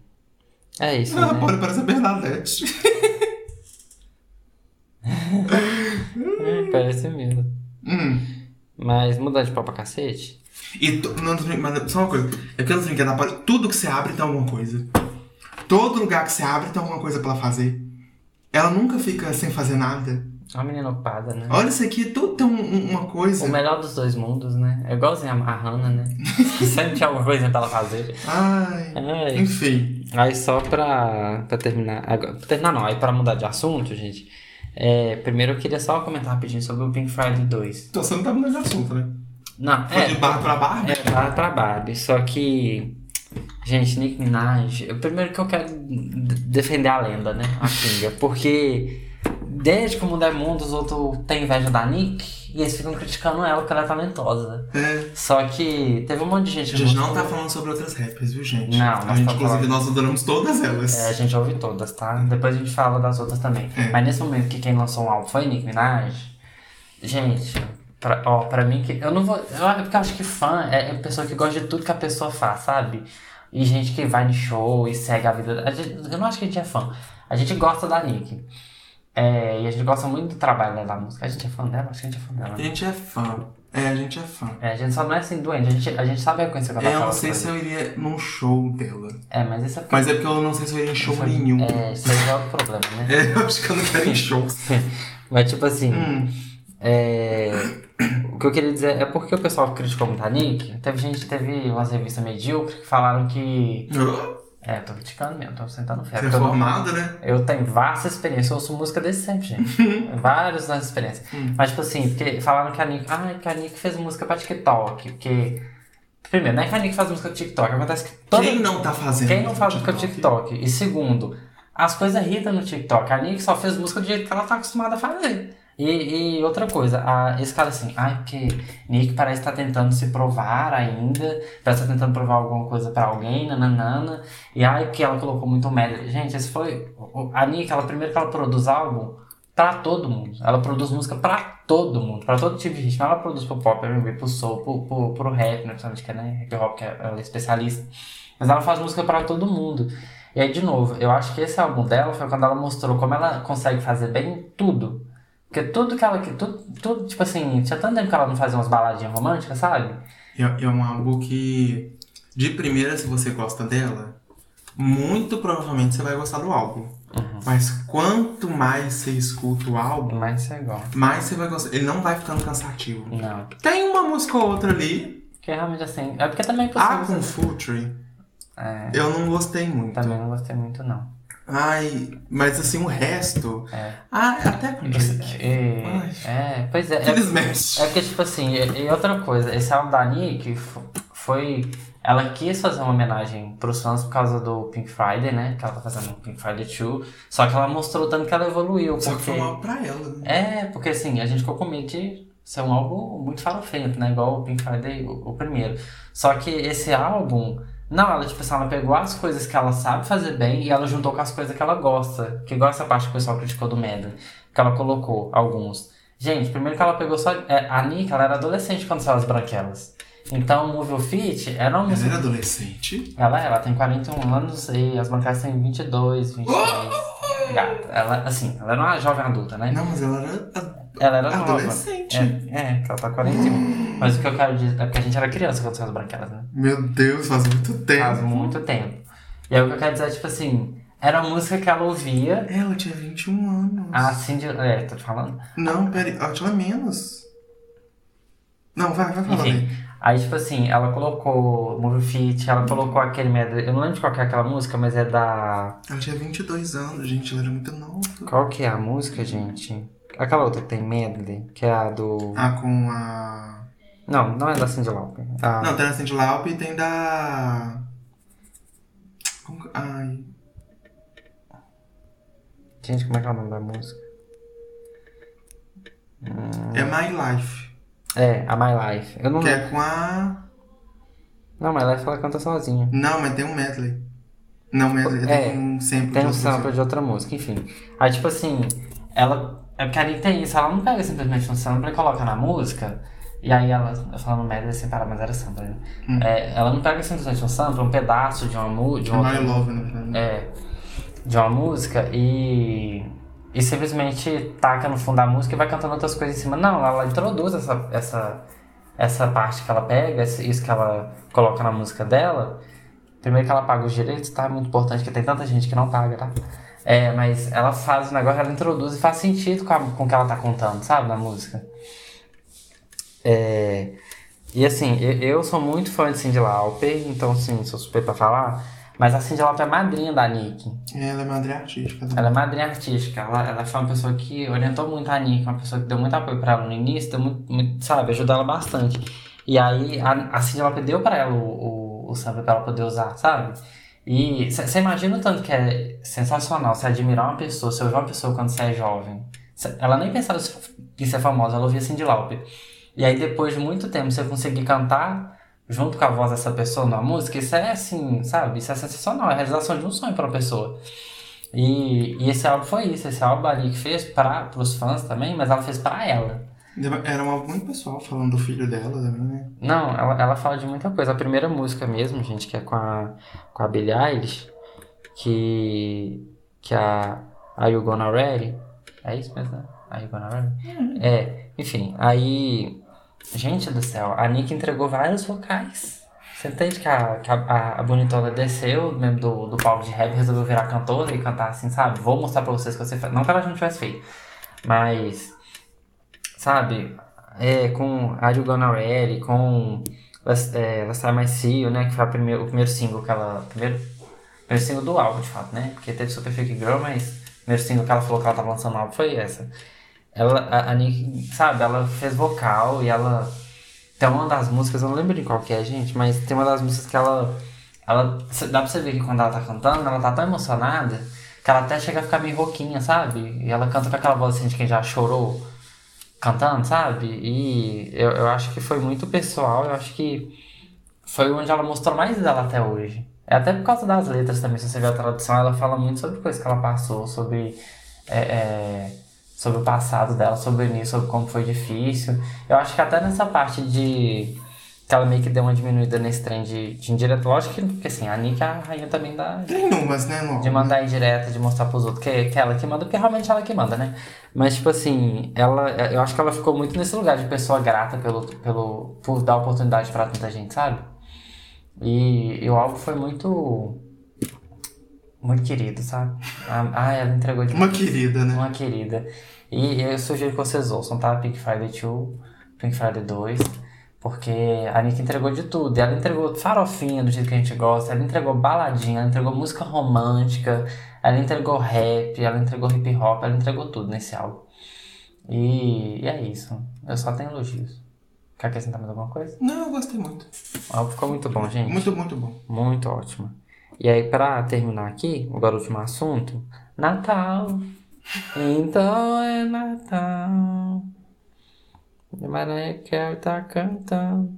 S1: É isso.
S2: Ah,
S1: né?
S2: a Polly parece a Bernadette.
S1: É, Parece mesmo.
S2: Hum.
S1: Mas mudar de pau pra cacete?
S2: E to- não, mas só uma coisa. É porque eu não que da Polly. Tudo que você abre tem alguma coisa. Todo lugar que você abre tem alguma coisa pra ela fazer. Ela nunca fica sem fazer nada.
S1: É uma menina ocupada, né?
S2: Olha isso aqui, tudo tem um- um- uma coisa.
S1: O melhor dos dois mundos, né? É igualzinho a a Hannah, né? Sempre tinha alguma coisa pra ela fazer.
S2: Ai.
S1: Ai.
S2: Enfim.
S1: Aí só pra, pra terminar. Agora, pra terminar não, aí pra mudar de assunto, gente. é, primeiro eu queria só comentar rapidinho sobre o Pink Friday 2.
S2: Então você não tá mudando de assunto, né?
S1: Não,
S2: Foi
S1: é.
S2: de barra pra barra?
S1: É barra pra Barbie. Só que. Gente, Nick Minaj. eu- Primeiro que eu quero d- defender a lenda, né? A Kinga. Porque desde que o mundo é mundo, os outros têm inveja da Nick. E eles ficam criticando ela porque ela é talentosa.
S2: É.
S1: Só que teve um monte de gente
S2: A
S1: que
S2: gente não tá
S1: gostou.
S2: falando sobre outras rappers, viu, gente?
S1: Não,
S2: A
S1: nós
S2: gente,
S1: tá
S2: inclusive,
S1: falando-
S2: nós adoramos todas elas.
S1: É, a gente ouve todas, tá? Depois a gente fala das outras também.
S2: Uhum. É.
S1: Mas nesse momento que quem lançou um álbum foi Nick Minaj, gente, pra, ó, pra mim que. Eu não vou. Eu, porque eu acho que fã é, é pessoa que gosta de tudo que a pessoa faz, sabe? E gente que vai no show e segue a vida. a gente- eu não acho que a gente é fã. A gente gosta da Nick. É, e a gente gosta muito do trabalho dela, da música. A gente é fã dela? Acho que a gente é fã dela.
S2: A gente é fã. É, a gente é fã.
S1: É, a gente só não é assim doente, a gente, a gente sabe reconhecer quando
S2: É,
S1: ela tá fala
S2: eu não sei
S1: as
S2: se
S1: coisas.
S2: eu iria num show dela.
S1: É, mas isso é.
S2: Mas é porque eu não sei se eu iria em show nenhum. É.
S1: É, isso aí já é o problema, né?
S2: eu acho que eu não quero ir em shows.
S1: Mas tipo assim.
S2: Hum,
S1: É, o que eu queria dizer é porque o pessoal criticou muito a Nick. Teve gente, teve umas revistas medíocres que falaram que.
S2: Você
S1: É, eu tô criticando mesmo, tô sentando ferro.
S2: é
S1: porque eu não-
S2: formado, né?
S1: eu tenho vasta experiência, eu ouço música desde sempre, gente. Vários anos de experiência.
S2: Hum.
S1: Mas, tipo assim, porque falaram que a Nick. Ah, que a Nick fez música pra TikTok. Porque. Primeiro, não é que a Nick faz música pro TikTok, acontece que toda.
S2: Quem não tá fazendo?
S1: Quem não faz música no
S2: TikTok?
S1: TikTok? E segundo, as coisas irritam no TikTok. A Nick só fez música do jeito que ela tá acostumada a fazer. E, e outra coisa, a- esse cara assim, ai, porque Nick parece estar tentando se provar ainda, parece estar tentando provar alguma coisa pra alguém, nananana. E ai, porque ela colocou muito média. Gente, esse foi. o- A Nick, ela primeiro que ela produz álbum pra todo mundo. Ela produz música pra todo mundo, pra todo tipo de ritmo. Ela produz pro pop, R&B, pro soul, pro, pro, pro rap, né? Principalmente que é, né? Hip hop, que ela é especialista. Mas ela faz música pra todo mundo. E aí, de novo, eu acho que esse álbum dela foi quando ela mostrou como ela consegue fazer bem tudo. Porque tudo que ela. que- Tudo, tudo, tipo assim, tinha tanto tempo que ela não fazia umas baladinhas românticas, sabe?
S2: É, é um álbum que, de primeira, se você gosta dela, muito provavelmente você vai gostar do álbum. Mas quanto mais você escuta o álbum,
S1: Mas isso é igual.
S2: mais você vai gostar. Ele não vai ficando cansativo.
S1: Não.
S2: Tem uma música ou outra ali.
S1: Porque realmente assim. É porque também é
S2: A
S1: possível.
S2: Ah, com Future, eu não gostei muito.
S1: É. Também não gostei muito, não.
S2: Ai, mas assim, o resto.
S1: É.
S2: Ah, até com Drake.
S1: E-
S2: Ai.
S1: é, pois é. é-
S2: Infelizmente.
S1: É porque, tipo assim, e, e outra coisa, esse álbum da Nick f- foi. Ela quis fazer uma homenagem pros fãs por causa do Pink Friday, né? Que ela tá fazendo o Pink Friday 2. Só que ela mostrou o tanto que ela evoluiu. Porque...
S2: Só que foi mal pra ela. né?
S1: É, porque assim, a gente ficou com medo de ser um álbum muito farofento, né? Igual o Pink Friday, o, o primeiro. Só que esse álbum, não, ela, tipo assim, ela pegou as coisas que ela sabe fazer bem e ela juntou com as coisas que ela gosta. Que igual essa parte que o pessoal criticou do Madden, que ela colocou alguns. Gente, primeiro que ela pegou só. é, a Nick, ela era adolescente quando saiu as branquelas. Então, Move Your Fit era uma
S2: Ela
S1: música
S2: era adolescente.
S1: ela, ela tem 41 anos e as bancárias têm 22, 23. Gata. Ela, assim, ela era uma jovem adulta, né?
S2: Não, mas ela era
S1: Ela era
S2: a-
S1: nova.
S2: adolescente.
S1: É, é, que ela tá 41. Mas o que eu quero dizer é porque a gente era criança quando saiu as branquelas, né?
S2: Meu Deus, faz muito tempo.
S1: Faz um- muito tempo. E aí o que eu quero dizer é, tipo assim, era uma música que ela ouvia.
S2: É, Ela tinha 21 anos.
S1: A Cindy. É, tô te falando.
S2: Não, peraí, ela tinha menos. Não, vai, vai falar.
S1: Enfim,
S2: velho.
S1: Aí, tipo assim, ela colocou Movie Fit, ela colocou aquele medo. Eu não lembro de qual que é aquela música, mas é da.
S2: Ela tinha 22 anos, gente, ela era muito nova.
S1: Qual que é a música, gente? Aquela outra que tem medley, que é a do.
S2: Ah, com a.
S1: Não, não é da Cindy Lauper. Ah,
S2: Não, tem a Cindy Lauper e tem da. Como... que- Ai.
S1: Gente, como é que é o nome da música?
S2: É My Life.
S1: É, a My Life. Eu não.
S2: Que é com a.
S1: Não, My Life ela canta sozinha.
S2: Não, mas tem um medley. Não, medley,
S1: É,
S2: tem um
S1: Tem
S2: sample de
S1: um
S2: outra
S1: sample de outra música, enfim. Aí, tipo assim, ela. É porque a Anitta tem isso, ela não pega simplesmente um sample e coloca na música. E aí ela, eu falando merda sem parar, mas era sample, né?
S2: Hum.
S1: É, ela não pega simplesmente um sample, um pedaço de uma mu- de
S2: música.
S1: uma
S2: My Love, na verdade.
S1: é, de uma música e, e simplesmente taca no fundo da música e vai cantando outras coisas em cima. Não, ela introduz essa, essa, essa parte que ela pega, esse- isso que ela coloca na música dela. Primeiro que ela paga os direitos, tá? É muito importante, porque tem tanta gente que não paga, tá? É, mas ela faz o negócio, ela introduz e faz sentido com, a- com o que ela tá contando, sabe? Na música. É, e assim, eu, eu sou muito fã de Cindy Lauper, então sim, sou super pra falar. Mas a Cindy Lauper é madrinha da Nick.
S2: Ela é madre artística. também.
S1: Ela é madrinha artística. Ela, ela foi uma pessoa que orientou muito a Nick, uma pessoa que deu muito apoio pra ela no início, deu muito, muito, sabe, ajudou ela bastante. E aí a, a Cindy Lauper deu pra ela o, o, o sample pra ela poder usar, sabe? E você imagina o tanto que é sensacional você admirar uma pessoa, você ouvir uma pessoa quando você é jovem. Cê- ela nem pensava em ser famosa, ela ouvia Cindy Lauper. E aí depois de muito tempo você conseguir cantar junto com a voz dessa pessoa numa música, isso é assim, sabe? Isso é sensacional, é a realização de um sonho pra uma pessoa. E, e esse álbum foi isso, esse álbum a Nick fez para os fãs também, mas ela fez pra ela.
S2: Era um álbum muito pessoal falando do filho dela também, né?
S1: Não, ela, ela fala de muita coisa. A primeira música mesmo, gente, que é com a, com a Billie Eilish, que, que é a Are You Gonna Ready? É isso mesmo, né? Are You Gonna Ready? É, enfim, aí... Gente do céu, a Nick entregou vários vocais. Você entende que a, que a, a- a bonitona desceu mesmo do, do palco de rap, resolveu virar cantora e cantar assim, sabe? Vou mostrar pra vocês o que você faz. Não que ela já não tivesse feito, mas... Sabe? É, com Are You Gonna Ready, com Last, é, Last Time I See You, né? Que foi a primeiro, o primeiro single que ela... Primeiro, primeiro single do álbum, de fato, né? Porque teve Super Fake Girl, mas o primeiro single que ela falou que ela tava lançando no álbum foi essa. Ela, a, a Nick, sabe? Ela fez vocal e ela... Tem uma das músicas, eu não lembro de qual que é, gente, mas tem uma das músicas que ela... ela cê- dá pra você ver que quando ela tá cantando, ela tá tão emocionada que ela até chega a ficar meio rouquinha, sabe? E ela canta com aquela voz assim de quem já chorou cantando, sabe? E eu, eu acho que foi muito pessoal, eu acho que foi onde ela mostrou mais dela até hoje. É até por causa das letras também, se você ver a tradução, ela fala muito sobre coisas que ela passou, sobre, é, é, sobre o passado dela, sobre o início, sobre como foi difícil. Eu acho que até nessa parte de. que ela meio que deu uma diminuída nesse trem de, de indireta. Lógico que, porque assim, a Nick é a rainha também da,
S2: Tem umas, né, no
S1: de
S2: álbum.
S1: mandar indireta, de mostrar pros outros que, que é ela que manda, porque realmente ela que manda, né? Mas, tipo assim, ela, eu acho que ela ficou muito nesse lugar de pessoa grata pelo, pelo, por dar oportunidade pra tanta gente, sabe? E, e o álbum foi muito. Muito querido, sabe? Ah, ah, ela entregou de
S2: Uma querida, né?
S1: uma querida. E eu sugiro que vocês ouçam, tá? Pink Friday 2, Pink Friday 2. Porque a Nick entregou de tudo. Ela entregou farofinha do jeito que a gente gosta, ela entregou baladinha, ela entregou música romântica, ela entregou rap, ela entregou hip hop, ela entregou tudo nesse álbum. E, e é isso. Eu só tenho elogios. Quer acrescentar mais alguma coisa?
S2: Não, eu gostei muito.
S1: O álbum ficou muito bom, gente.
S2: Muito, muito bom.
S1: Muito ótima. E aí, pra terminar aqui, agora o último assunto: Natal. Então é Natal. E Mariah Carey tá cantando.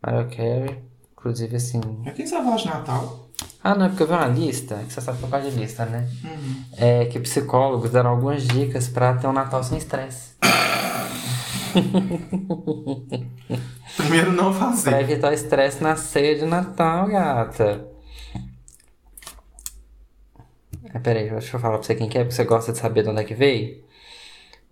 S1: Mariah Carey, inclusive assim.
S2: Mas quem sabe falar de Natal?
S1: Ah, não, é porque eu vi uma lista, que você sabe que eu gosto de lista, né?
S2: Uhum.
S1: É que psicólogos deram algumas dicas pra ter um Natal sem estresse.
S2: Primeiro não
S1: Pra
S2: fazer.
S1: evitar o estresse na ceia de Natal, gata. Ah, peraí, deixa eu falar pra você quem que é, porque você gosta de saber de onde é que veio.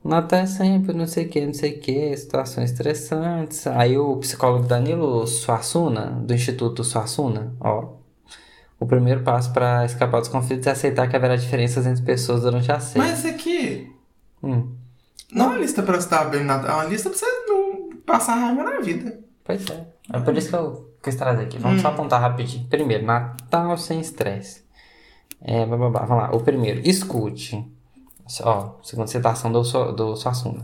S1: Natal é sempre não sei o que, não sei o que, situações estressantes. Aí o psicólogo Danilo Suassuna, do Instituto Suassuna, ó. O primeiro passo pra escapar dos conflitos é aceitar que haverá diferenças entre pessoas durante a ceia.
S2: Mas é esse aqui
S1: Hum,
S2: não é uma lista pra você estar bem no Natal, é uma lista pra você não passar raiva na vida.
S1: pois é. É por isso que eu quis trazer aqui. Vamos só
S2: Hum.
S1: apontar rapidinho. Primeiro, Natal sem estresse. É, bababá, vamos lá. O primeiro, escute. Ó, segunda citação do, Su- do Suassuna.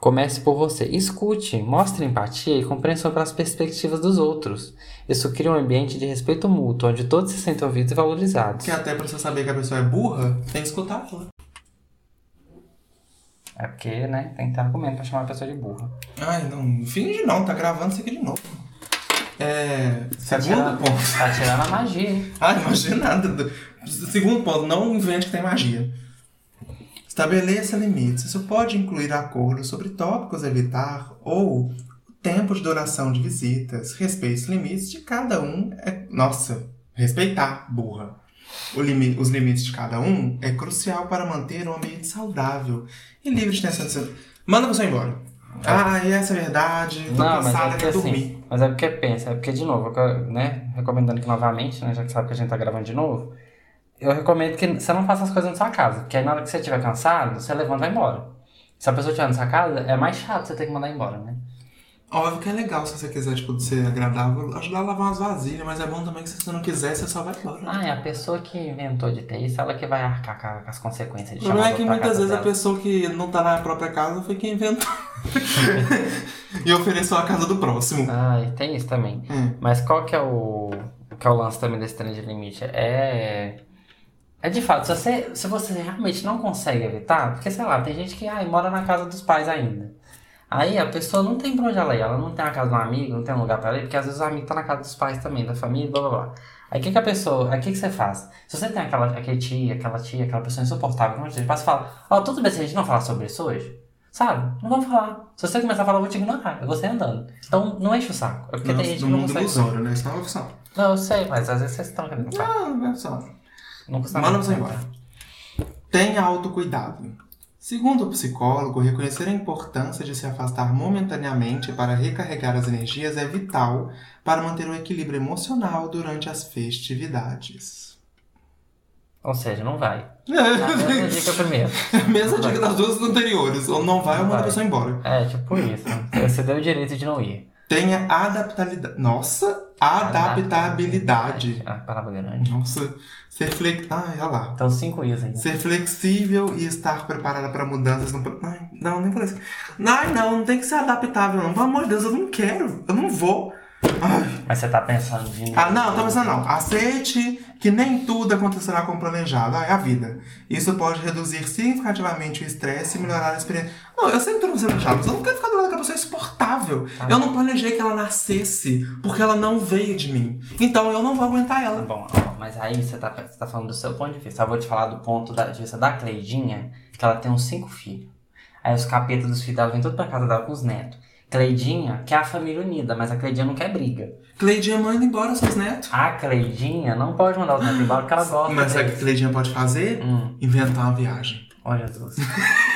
S1: Comece por você. Escute, mostre empatia e compreensão para as perspectivas dos outros. Isso cria um ambiente de respeito mútuo, onde todos se sentem ouvidos e valorizados.
S2: Porque até pra você saber que a pessoa é burra, tem que escutar ela.
S1: É porque, né, tem que estar argumento para chamar a pessoa de burra.
S2: Ai, não. Finge não, tá gravando isso aqui de novo. É. Segundo
S1: tirando,
S2: ponto.
S1: tá tirando a magia, hein?
S2: Ah, imagina nada. Segundo ponto, não invente que tem magia. Estabeleça limites. Isso pode incluir acordos sobre tópicos a evitar ou o tempo de duração de visitas. Respeite os limites de cada um. É... Nossa, respeitar, burra. O limi- Os limites de cada um é crucial para manter um ambiente saudável e livre de tensão. Manda você embora. Ah, e essa é a verdade. Tô
S1: Não, mas é
S2: cansada,
S1: porque
S2: quero dormir.
S1: assim. Mas é porque pensa, é porque de novo, eu quero, né? Recomendando que novamente, né? Já que sabe que a gente tá gravando de novo, eu recomendo que você não faça as coisas na sua casa, porque aí na hora que você estiver cansado, você levanta e vai embora. Se a pessoa estiver na sua casa, é mais chato você ter que mandar embora, né?
S2: Óbvio que é legal se você quiser, tipo, ser agradável, ajudar a lavar as vasilhas, mas é bom também que se você não quiser, você só vai embora.
S1: Ah, é a pessoa que inventou de ter isso, ela que vai arcar com a- com as consequências
S2: O
S1: de chamar os
S2: problema é que
S1: outros pra
S2: muitas
S1: casa
S2: vezes a
S1: dela.
S2: pessoa que não tá na própria casa fica inventando. e ofereceu a casa do próximo.
S1: Ah, e tem isso também.
S2: Hum.
S1: Mas qual que é o. que é o lance também desse trem de limite? É. É de fato, se você, se você realmente não consegue evitar, porque sei lá, tem gente que ai, mora na casa dos pais ainda. Aí a pessoa não tem pra onde ela ir, ela não tem a casa de um amigo, não tem um lugar pra ela ir, porque às vezes o amigo tá na casa dos pais também, da família, blá blá blá. Aí o que, que a pessoa, aí o que, que você faz? Se você tem aquela, aquele tia, aquela tia, aquela pessoa insuportável, que não te passa e fala, ó, tudo bem se a gente não falar sobre isso hoje? Sabe? Não vamos falar. Se você começar a falar, eu vou te ignorar, eu vou sair andando. Então não enche o saco. É porque
S2: Nossa,
S1: tem gente
S2: no
S1: que não
S2: mundo
S1: consegue.
S2: ilusório, né? Isso é uma opção.
S1: Não, eu sei, mas às vezes vocês estão querendo falar.
S2: Ah, é só.
S1: Não custa
S2: Manda
S1: nada.
S2: você embora. Tenha autocuidado. Segundo o psicólogo, reconhecer a importância de se afastar momentaneamente para recarregar as energias é vital para manter o equilíbrio emocional durante as festividades.
S1: Ou seja, não vai. A mesma
S2: É,
S1: dica primeiro.
S2: mesma dica das duas anteriores. Ou não vai ou manda a
S1: Vai.
S2: pessoa embora.
S1: É, tipo isso. Você deu o direito de não ir.
S2: Tenha adaptabilidade. Nossa, adaptabilidade.
S1: Ah, palavra grande.
S2: Nossa, ser flex... Ai, olha lá.
S1: Então, cinco is ainda.
S2: Ser flexível e estar preparada para mudanças no. pro- Ai, não, nem falei isso. Ai, não, não tem que ser adaptável, não. Pelo amor de Deus, eu não quero. Eu não vou. Ai.
S1: Mas você tá pensando de.
S2: Ah, não, tá pensando não. Aceite que nem tudo acontecerá como planejado. Ah, é a vida. Isso pode reduzir significativamente o estresse e melhorar a experiência. Não, eu sempre tô no planejado, mas eu não quero ficar do lado daquela pessoa é insuportável.
S1: Tá.
S2: Eu não planejei que ela nascesse, porque ela não veio de mim. Então eu não vou aguentar
S1: Tá
S2: ela.
S1: Bom, ó, mas aí você tá, você tá falando do seu ponto de vista. Eu vou te falar do ponto da- de vista da Cleidinha, que ela tem uns cinco filhos. Aí os capetas dos filhos dela vêm tudo pra casa dela com os netos. Cleidinha quer a família unida, mas a Cleidinha não quer briga.
S2: Cleidinha manda embora seus netos.
S1: A Cleidinha não pode mandar os netos embora porque ela gosta.
S2: Mas sabe o
S1: deles.
S2: que Cleidinha pode fazer?
S1: Hum.
S2: Inventar uma viagem.
S1: Ó Jesus.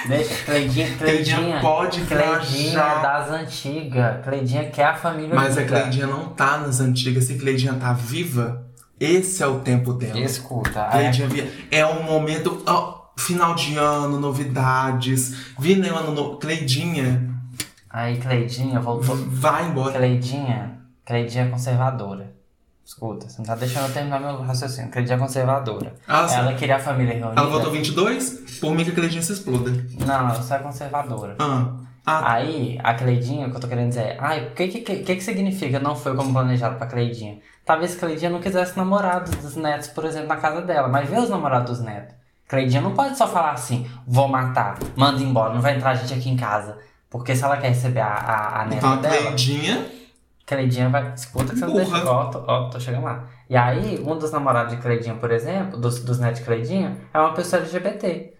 S1: Deixa, Cleidinha,
S2: Cleidinha
S1: Cleidinha.
S2: pode
S1: Cleidinha
S2: viajar.
S1: das antigas. Cleidinha quer a família
S2: Mas a
S1: unida.
S2: Cleidinha não tá nas antigas. Se Cleidinha tá viva, esse é o tempo dela.
S1: Escuta, aí-
S2: Cleidinha via... é um momento. ó, final de ano, novidades. Vina é um ano novo. Cleidinha
S1: aí Cleidinha voltou.
S2: vai embora.
S1: Cleidinha, Cleidinha é conservadora. Escuta, você não tá deixando eu terminar meu raciocínio. Cleidinha é conservadora.
S2: Ela,
S1: Ela queria a família reunida.
S2: Ah, assim, ela votou 22? Por mim que a Cleidinha se exploda.
S1: Não, ela só é conservadora.
S2: Ah, ah,
S1: Aí, a Cleidinha, o que eu tô querendo dizer é, ai, o que que, que que significa não foi como planejado pra Cleidinha? Talvez Cleidinha não quisesse namorados dos netos, por exemplo, na casa dela, mas vê os namorados dos netos. Cleidinha não pode só falar assim, vou matar, manda embora, não vai entrar gente aqui em casa. Porque se ela quer receber a, a, a neta
S2: então a
S1: dela,
S2: Cleidinha.
S1: Cleidinha vai. Escuta que você não
S2: Burra.
S1: deixa. Ó, tô, ó, tô chegando lá. E aí, um dos namorados de Cleidinha, por exemplo, dos, dos netos de Cleidinha, é uma pessoa LGBT.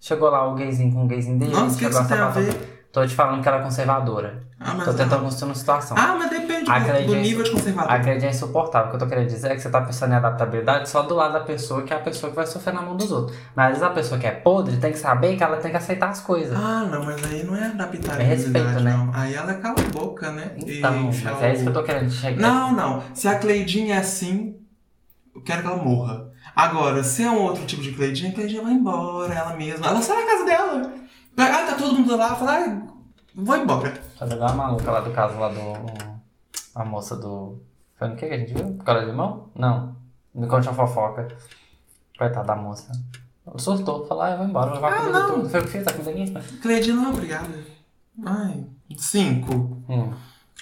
S1: Chegou lá o gayzinho com o gayzinho dele,
S2: Nossa, o que
S1: chegou
S2: isso tem a
S1: sapatão-
S2: ver?
S1: Tô te falando que ela é conservadora.
S2: Ah, mas,
S1: Tô tentando construir uma situação.
S2: ah, mas depende
S1: A
S2: do- do,
S1: Cleidinha-
S2: nível de
S1: A
S2: conservador.
S1: Cleidinha é insuportável. O que eu tô querendo dizer é que você tá pensando em adaptabilidade só do lado da pessoa, que é a pessoa que vai sofrer na mão dos outros. Mas às vezes a pessoa que é podre tem que saber que ela tem que aceitar as coisas.
S2: Ah, não, mas aí não é adaptabilidade,
S1: É respeito, né?
S2: não. Aí ela cala a boca, né? E
S1: então, mas
S2: enfia
S1: é isso que eu
S2: o-
S1: tô querendo chegar.
S2: Não, não. Se a Cleidinha é assim, eu quero que ela morra. Agora, se é um outro tipo de Cleidinha, a Cleidinha vai embora, ela mesma. Ela sai da casa dela. Ah, tá todo mundo lá, fala, ah, vou embora.
S1: Tá igual a maluca lá do caso lá do. a moça do. Foi no que que a gente viu? Picolé de limão? Não. Me conte uma fofoca. Coitada da moça. Surtou, falou, ah, eu vou embora, vou levar
S2: Ah,
S1: a comida
S2: não.
S1: tudo. Foi o que fiz, tá comida aqui?
S2: Cleide, não, obrigada. Ai. Cinco.
S1: Hum.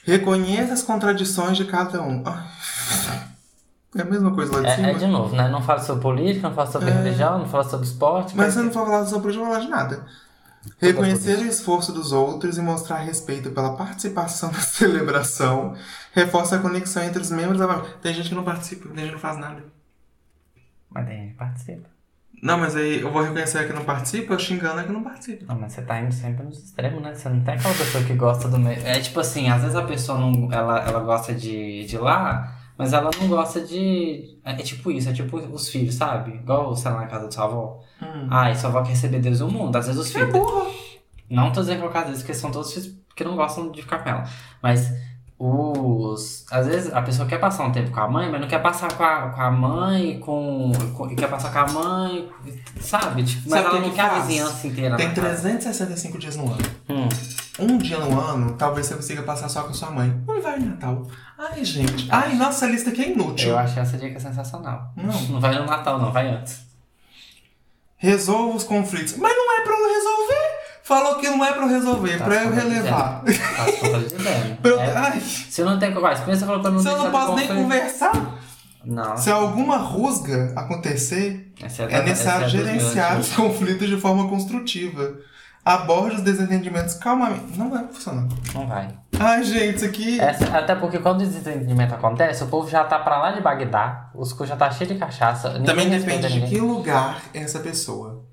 S2: Reconheça as contradições de cada um. Ai. É a mesma coisa lá de
S1: É,
S2: cima.
S1: é de novo, né? Não fala sobre política, não fala sobre religião, não fala sobre esporte.
S2: É. Mas você não for falar sobre isso, não falar de nada. Reconhecer o esforço dos outros e mostrar respeito pela participação na celebração reforça a conexão entre os membros da família. Tem gente que não participa, tem gente que não faz nada.
S1: Mas tem gente que participa.
S2: Não, mas aí eu vou reconhecer a que não participa, xingando a que não participa.
S1: Não, mas você tá indo sempre nos extremos, né? Você não tem aquela pessoa que gosta do meio. É tipo assim, às vezes a pessoa não. Ela, ela gosta de, de lá, mas ela não gosta de. É, é tipo isso, é tipo os filhos, sabe? Igual, sei lá, na casa do sua avó.
S2: Hum.
S1: Ai, sua avó quer receber Deus do mundo. Às vezes os
S2: É
S1: filhos.
S2: burra.
S1: Não tô dizendo que é o caso deles, porque são todos filhos que não gostam de ficar com ela. Mas os. Às vezes a pessoa quer passar um tempo com a mãe, mas não quer passar com a, com a mãe, com, com- Quer passar com a mãe, sabe? Tipo, mas
S2: Sabe o que
S1: ela não
S2: que
S1: quer a
S2: faz?
S1: vizinhança inteira.
S2: Tem
S1: na casa.
S2: 365 dias no ano.
S1: Hum.
S2: Um dia no ano, talvez você consiga passar só com sua mãe. Não vai no Natal. Ai, gente. Ai, nossa, essa lista aqui é inútil.
S1: Eu achei essa dica sensacional.
S2: Não.
S1: Não vai no Natal, não, vai antes.
S2: Resolva os conflitos. Mas não é pra eu resolver. Falou que não é pra eu resolver,
S1: Tá
S2: pra eu
S1: falando
S2: relevar.
S1: As contas de dano.
S2: Pra eu-
S1: É,
S2: Ai,
S1: se não tem correspondência, você falou pra não
S2: se eu
S1: deixar
S2: não
S1: de
S2: posso nem
S1: conflito.
S2: conversar,
S1: Não.
S2: se alguma rusga acontecer,
S1: Ah. Essa da-
S2: é necessário
S1: essa é dos meus,
S2: gerenciar
S1: tipo.
S2: os conflitos de forma construtiva. Aborde os desentendimentos calmamente. Não vai funcionar.
S1: Não vai.
S2: Ai, gente, isso aqui.
S1: Essa- até porque quando o desentendimento acontece, o povo já tá pra lá de Bagdá, os cu já tá cheio de cachaça. ninguém
S2: Também
S1: respeita
S2: depende de
S1: ninguém.
S2: que lugar é essa pessoa.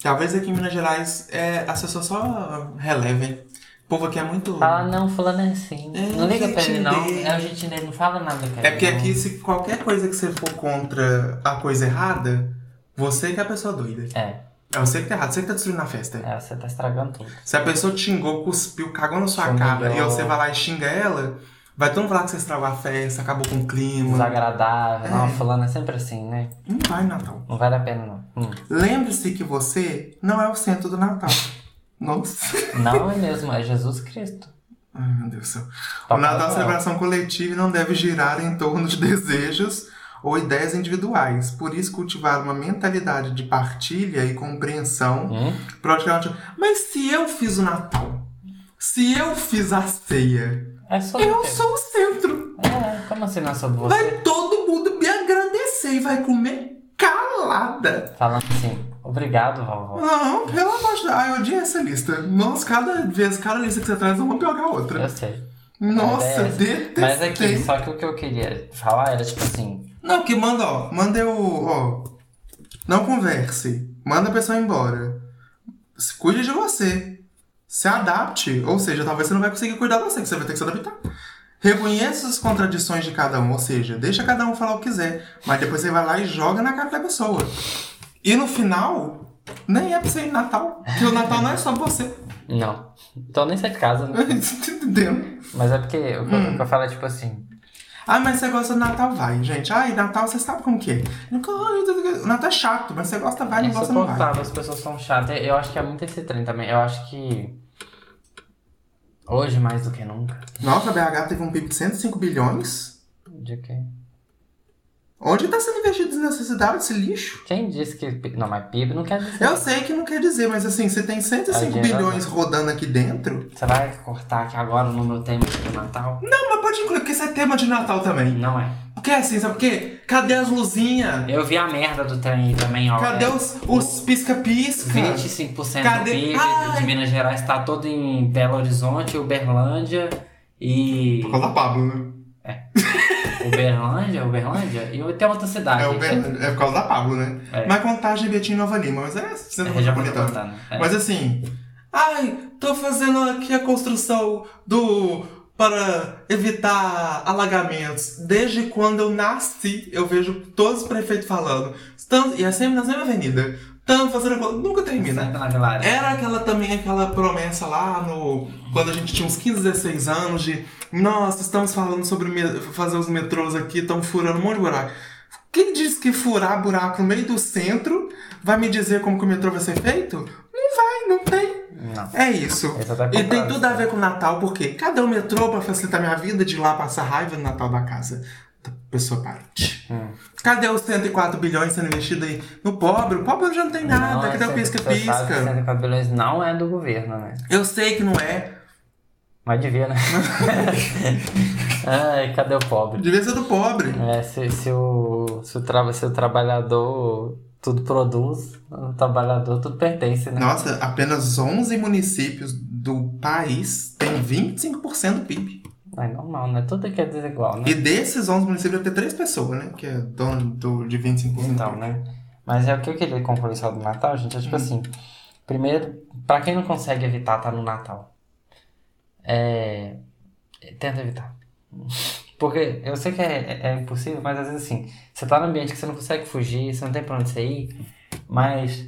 S2: Talvez aqui em Minas Gerais é, as pessoas só relevem. O povo aqui é muito.
S1: Fala, não, fulano é assim.
S2: É,
S1: não liga pra ele, não.
S2: gente
S1: É o jeitinho dele, não fala nada com ele.
S2: É porque
S1: não.
S2: aqui, se qualquer coisa que você for contra a coisa errada, você que é a pessoa doida.
S1: É,
S2: É você que tá errado, você que tá destruindo a festa.
S1: é, você tá estragando tudo.
S2: Se a pessoa te xingou, cuspiu, cagou na sua
S1: Xingou.
S2: cara e você vai lá e xinga ela, vai todo mundo falar que você estragou a festa, acabou com o clima.
S1: Desagradável. Não,
S2: É.
S1: fulano é sempre assim, né?
S2: Não vai, Natal.
S1: Não vale a pena, não. Hum.
S2: Lembre-se que você não é o centro do Natal. Nossa.
S1: Não é mesmo, é Jesus Cristo.
S2: Ai, meu Deus do céu. O
S1: Papai
S2: Natal é uma
S1: Noel.
S2: celebração coletiva e não deve girar em torno de desejos ou ideias individuais. Por isso, cultivar uma mentalidade de partilha e compreensão
S1: Hum?
S2: praticamente. Mas se eu fiz o Natal, se eu fiz a ceia,
S1: É sobre
S2: eu
S1: o quê?
S2: sou o centro.
S1: É, como assim não é sobre você?
S2: Vai todo mundo me agradecer e vai comer calada.
S1: Falando assim, obrigado, vovó.
S2: Não, pelo amor de Deus. Ai, eu odiei essa lista. Nossa, cada vez, cada lista que você traz, uma pior que a outra.
S1: Eu sei.
S2: Nossa,
S1: Mas
S2: detestei.
S1: É, Mas aqui, só que o que eu queria falar era tipo assim.
S2: Não, que manda, ó. Manda eu, ó. Não converse. Manda a pessoa embora. Se cuide de você. Se adapte. Ou seja, talvez você não vai conseguir cuidar de você, que você vai ter que se adaptar. Reconheça as contradições de cada um, ou seja, deixa cada um falar o que quiser, mas depois você vai lá e joga na cara da pessoa. E no final, nem é pra você ir no Natal, porque o Natal não é só pra você.
S1: Não. Então nem sai de casa, né?
S2: Você tá entendendo?
S1: Mas é porque o que, eu- o que eu falo é tipo assim.
S2: Ah, mas você gosta do Natal, vai, gente. Ah, e Natal você sabe como que é. O Natal é chato, mas você gosta, vai,
S1: É
S2: não gosta, não vai.
S1: insuportável, as pessoas são chatas. Eu acho que é muito esse trem também. Eu acho que. Hoje mais do que nunca.
S2: Nossa, a BH teve um PIB de 105 bilhões?
S1: De quê?
S2: Onde está sendo investido desnecessidade esse lixo?
S1: Quem disse que. pi- Não, mas PIB não quer dizer.
S2: Eu sei que não quer dizer, mas assim, você tem 105
S1: Ai,
S2: bilhões rodando aqui dentro.
S1: Você vai cortar aqui agora no meu tema de Natal?
S2: Não, mas pode incluir, porque isso é tema de Natal também.
S1: Não é.
S2: Porque assim, sabe por quê? Cadê as luzinhas?
S1: Eu vi a merda do trem aí também, ó.
S2: Cadê
S1: É,
S2: os os pisca-pisca?
S1: 25%
S2: Cadê?
S1: do PIB
S2: Ai.
S1: de Minas Gerais tá todo em Belo Horizonte, Uberlândia e.
S2: Por causa da Pablo, né?
S1: Uberlândia, Uberlândia? E tem outra cidade.
S2: É, o Ben- é por causa da Pablo, né?
S1: Tá, É.
S2: Mas contagem Betim e Nova Lima, mas é. Você
S1: É
S2: não
S1: região
S2: tá contando.
S1: metropolitana. É.
S2: Mas assim, ai, tô fazendo aqui a construção do para evitar alagamentos. Desde quando eu nasci, eu vejo todos os prefeitos falando. Estamos, e é sempre na mesma avenida. Estamos fazendo. a co-" Nunca termina.
S1: Sempre na Vilares.
S2: Era aquela também aquela promessa lá no. Quando a gente tinha uns 15, 16 anos de nossa, estamos falando sobre me- fazer os metrôs aqui, estão furando um monte de buraco. Quem diz que furar buraco no meio do centro vai me dizer como que o metrô vai ser feito? Não vai, não tem.
S1: não.
S2: É isso.
S1: Essa tá
S2: E tem
S1: comprada.
S2: tudo a ver com o Natal, porque cada um entrou pra facilitar minha vida de ir lá passar raiva no Natal da casa da pessoa parente. Cadê os 104 bilhões sendo investido aí no pobre? O pobre já não tem nada, cadê
S1: é
S2: o pisca-pisca?
S1: 64 bilhões não é do governo, né?
S2: Eu sei que não é.
S1: Mas devia, né? Ai, cadê o pobre?
S2: Devia ser do pobre.
S1: É, se, se, o, se, o tra- se o trabalhador tudo produz, o trabalhador tudo pertence, né?
S2: Nossa, apenas 11 municípios do país têm 25% do PIB.
S1: É normal, né? Tudo aqui é desigual, né?
S2: E desses 11 municípios deve ter três pessoas, né? Que é dono do, de 25%
S1: Então,
S2: do PIB.
S1: né? Mas é o que eu queria concluir só do Natal, gente. É tipo assim: primeiro, pra quem não consegue evitar tá no Natal, é. Tenta evitar. Porque eu sei que é, é impossível, mas às vezes assim, você tá num ambiente que você não consegue fugir, você não tem pra onde você ir, mas.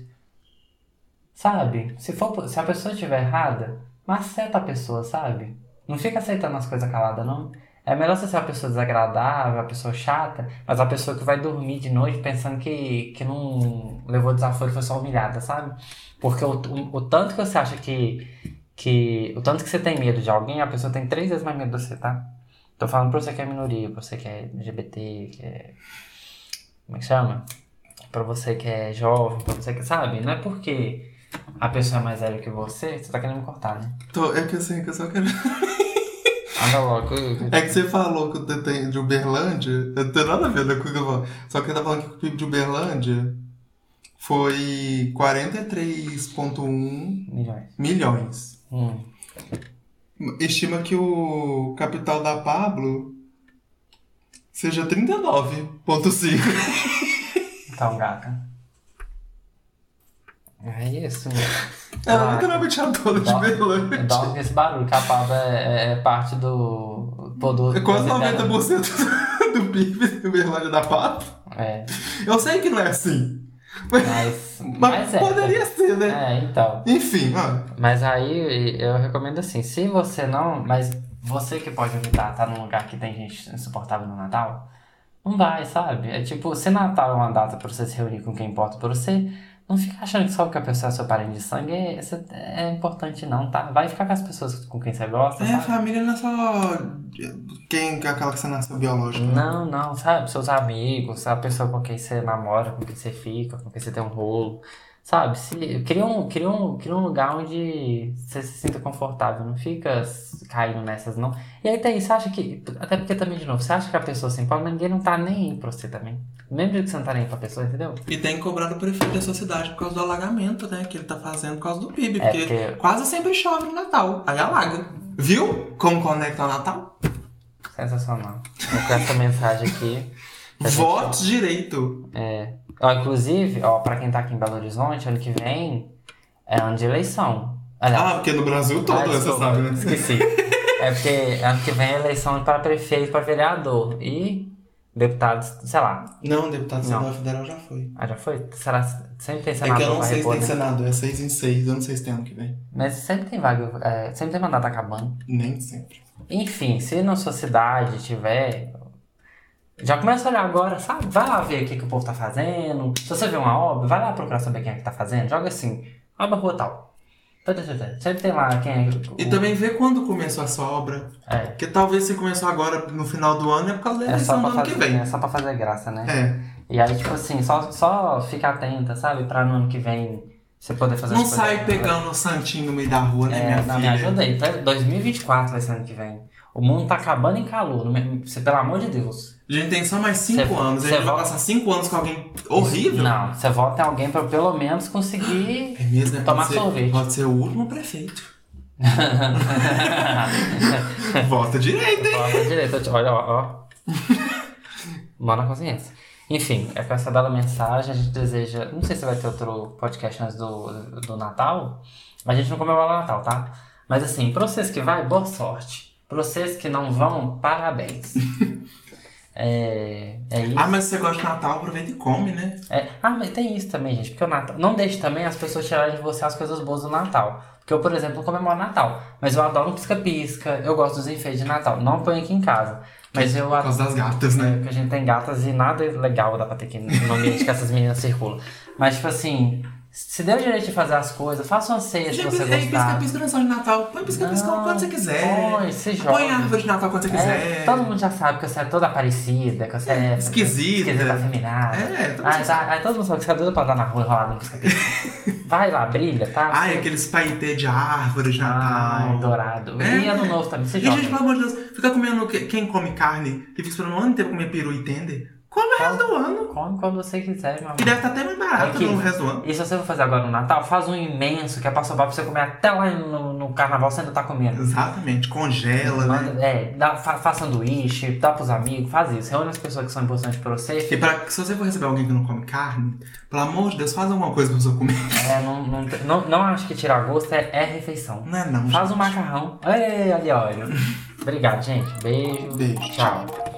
S1: Sabe? Se, for, se a pessoa estiver errada, maceta a pessoa, sabe? Não fica aceitando as coisas caladas, não. É melhor você ser uma pessoa desagradável, uma pessoa chata, mas a pessoa que vai dormir de noite pensando que, que não levou desaforo e foi só humilhada, sabe? Porque o, o, o tanto que você acha que, que. O tanto que você tem medo de alguém, a pessoa tem três vezes mais medo de você, tá? Tô falando pra você que é minoria, pra você que é LGBT, que é. Como é que chama? Pra você que é jovem, pra você que. Sabe? Não é porque a pessoa é mais velha que você, você tá querendo me cortar, né?
S2: Tô, é que assim, que eu só quero.
S1: Anda logo.
S2: É que você falou que o PIB tem de Uberlândia, eu não tem nada a ver né, com o que eu falo. Só que você tá falando que o PIB de Uberlândia foi 43,1
S1: Milhões.
S2: milhões.
S1: Hum.
S2: Estima que o capital da Pablo seja 39,5.
S1: Então, gata. É isso, meu.
S2: Ela
S1: Ah,
S2: É, literalmente a dona de
S1: dó-
S2: Uberlândia.
S1: Dorme esse um barulho, que a pava é, é parte do. Todo,
S2: É quase
S1: todo-
S2: 90% do PIB de Uberlândia da Pablo.
S1: É,
S2: Eu sei que não é assim, mas,
S1: mas.
S2: mas
S1: mas é.
S2: poderia ser, né?
S1: É, então.
S2: Enfim, ó.
S1: Mas aí eu recomendo assim, se você não. Mas você que pode evitar tá num lugar que tem gente insuportável no Natal, não vai, sabe? É tipo, se Natal é uma data pra você se reunir com quem importa pra você, não fica achando que só porque a pessoa é seu parente de sangue é, essa- é importante, não, tá? Vai ficar com as pessoas com quem você gosta,
S2: É,
S1: sabe?
S2: família não é só quem, é aquela que você nasceu biológica.
S1: Não, não, sabe? Seus amigos, a pessoa com quem você namora, com quem você fica, com quem você tem um rolo, sabe? Se, cria um, cria um, cria um lugar onde você se sinta confortável, não fica s- caindo nessas, não. E aí tem, você acha que, até porque também, de novo, você acha que a pessoa se importa, mas ninguém não tá nem aí pra você também. Do mesmo jeito que você não tá nem aí pra pessoa, entendeu?
S2: E tem que cobrar do prefeito da sua cidade por causa do alagamento, né? Que ele tá fazendo por causa do PIB,
S1: É,
S2: porque
S1: porque-
S2: quase sempre chove no Natal, aí alaga. Viu como conecta o Natal?
S1: Sensacional. Vou com essa mensagem aqui. que a gente-
S2: Vote direito.
S1: É. Ó, inclusive, ó, pra quem tá aqui em Belo Horizonte, ano que vem é ano de eleição. Aliás,
S2: Ah, porque no Brasil todo,
S1: Ah,
S2: você
S1: desculpa,
S2: sabe, né?
S1: Esqueci. É porque ano que vem é eleição para prefeito, para vereador e deputados, sei lá.
S2: Não, deputado
S1: Não.
S2: senador federal já foi.
S1: Ah, já foi? Será sempre tem
S2: É
S1: senador
S2: que eu não
S1: pra
S2: sei se
S1: repor,
S2: tem
S1: né?
S2: senado, é seis em seis, eu não sei se tem ano que vem.
S1: Mas sempre tem vaga, é, sempre tem mandato acabando.
S2: Nem sempre.
S1: Enfim, se na sua cidade tiver. Já começa a olhar agora, sabe? Vai lá ver o que, que o povo tá fazendo. Se você vê uma obra, vai lá procurar saber quem é que tá fazendo. Joga assim, obra rua tal. Sempre tem lá quem é. que-
S2: E
S1: o-
S2: também ver quando começou essa obra.
S1: É,
S2: Porque talvez se começou agora no final do ano é por causa da
S1: é, só
S2: eleição do
S1: pra
S2: ano que
S1: fazer,
S2: vem.
S1: é só pra fazer graça, né?
S2: É.
S1: E aí, tipo assim, só, só fica atenta, sabe? Pra no ano que vem você poder fazer
S2: Não
S1: as coisas.
S2: sai pegando o santinho no meio da rua, né,
S1: É,
S2: minha
S1: não, me
S2: filha?
S1: ajuda aí. tá? 2024 vai ser ano que vem. O mundo tá acabando em calor. não me- Você, pelo amor de Deus.
S2: A gente tem só mais 5
S1: Cê-
S2: anos, a
S1: cê
S2: gente vai
S1: volta-
S2: passar 5 anos com alguém horrível.
S1: Não, você volta em alguém pra pelo menos conseguir.
S2: É mesmo, né?
S1: Tomar
S2: pode ser,
S1: sorvete.
S2: Pode ser o último prefeito. Volta direito, hein?
S1: Olha direito, eu te- olha, ó, ó. Mão na consciência. Enfim, é com essa bela mensagem. A gente deseja. Não sei se vai ter outro podcast antes do, do Natal. A gente não comemora o Natal, tá? Mas assim, pra vocês que vai, boa sorte. Pra vocês que não vão, parabéns. é, é isso.
S2: Ah, mas se você gosta de Natal, aproveita e come, né?
S1: É, ah, mas tem isso também, gente, porque o Natal. Não deixe também as pessoas tirarem de você as coisas boas do Natal. Porque eu, por exemplo, não comemoro Natal, mas eu adoro um pisca-pisca, eu gosto dos enfeites de Natal. Não ponho aqui em casa, mas eu
S2: Por
S1: adoro.
S2: causa das gatas, né?
S1: Porque a gente tem gatas e nada legal dá pra ter aqui no ambiente que essas meninas circulam. Mas, tipo assim, se deu o direito de fazer as coisas, faça uma cesta
S2: Já
S1: pra você
S2: pisca, pisca,
S1: gostar.
S2: pisca na de Natal. Põe pisca, pisca
S1: Não,
S2: quando você quiser.
S1: põe, se joga.
S2: Põe a árvore de Natal quando você
S1: É,
S2: quiser.
S1: todo mundo já sabe que você é toda parecida, que você é
S2: esquisita.
S1: esquisita afeminada.
S2: É, todo mundo
S1: ah,
S2: já
S1: tá, aí todo mundo sabe que você é doida pra andar na rua enrolada no pisca-pisca. Vai lá, brilha, tá?
S2: Ai, aqueles paetê de árvore de Natal.
S1: Ai, dourado.
S2: É.
S1: E ano novo também, se
S2: E,
S1: joga.
S2: gente, pelo amor de Deus, fica comendo que- quem come carne e fica esperando o ano inteiro comer peru e tender, come o resto do ano.
S1: Come quando você quiser, meu amor.
S2: Que deve estar até mais barato
S1: Aqui.
S2: no resto do ano.
S1: E se você for fazer agora no Natal, faz um imenso que é passo a passo pra você comer até lá no, no carnaval você ainda tá comendo.
S2: Exatamente, congela, né?
S1: Manda- É, dá, fa, faz sanduíche, dá pros amigos, faz isso. Reúne as pessoas que são importantes pra você.
S2: E pra, se você for receber alguém que não come carne, pelo amor de Deus, faz alguma coisa pra pessoa comer.
S1: É, não, não, não, não acho que tirar gosto é, é refeição.
S2: Não é não,
S1: Faz um
S2: gente.
S1: macarrão. Ei, ali, olha. Obrigado, gente. Beijo.
S2: Beijo, tchau.
S1: tchau.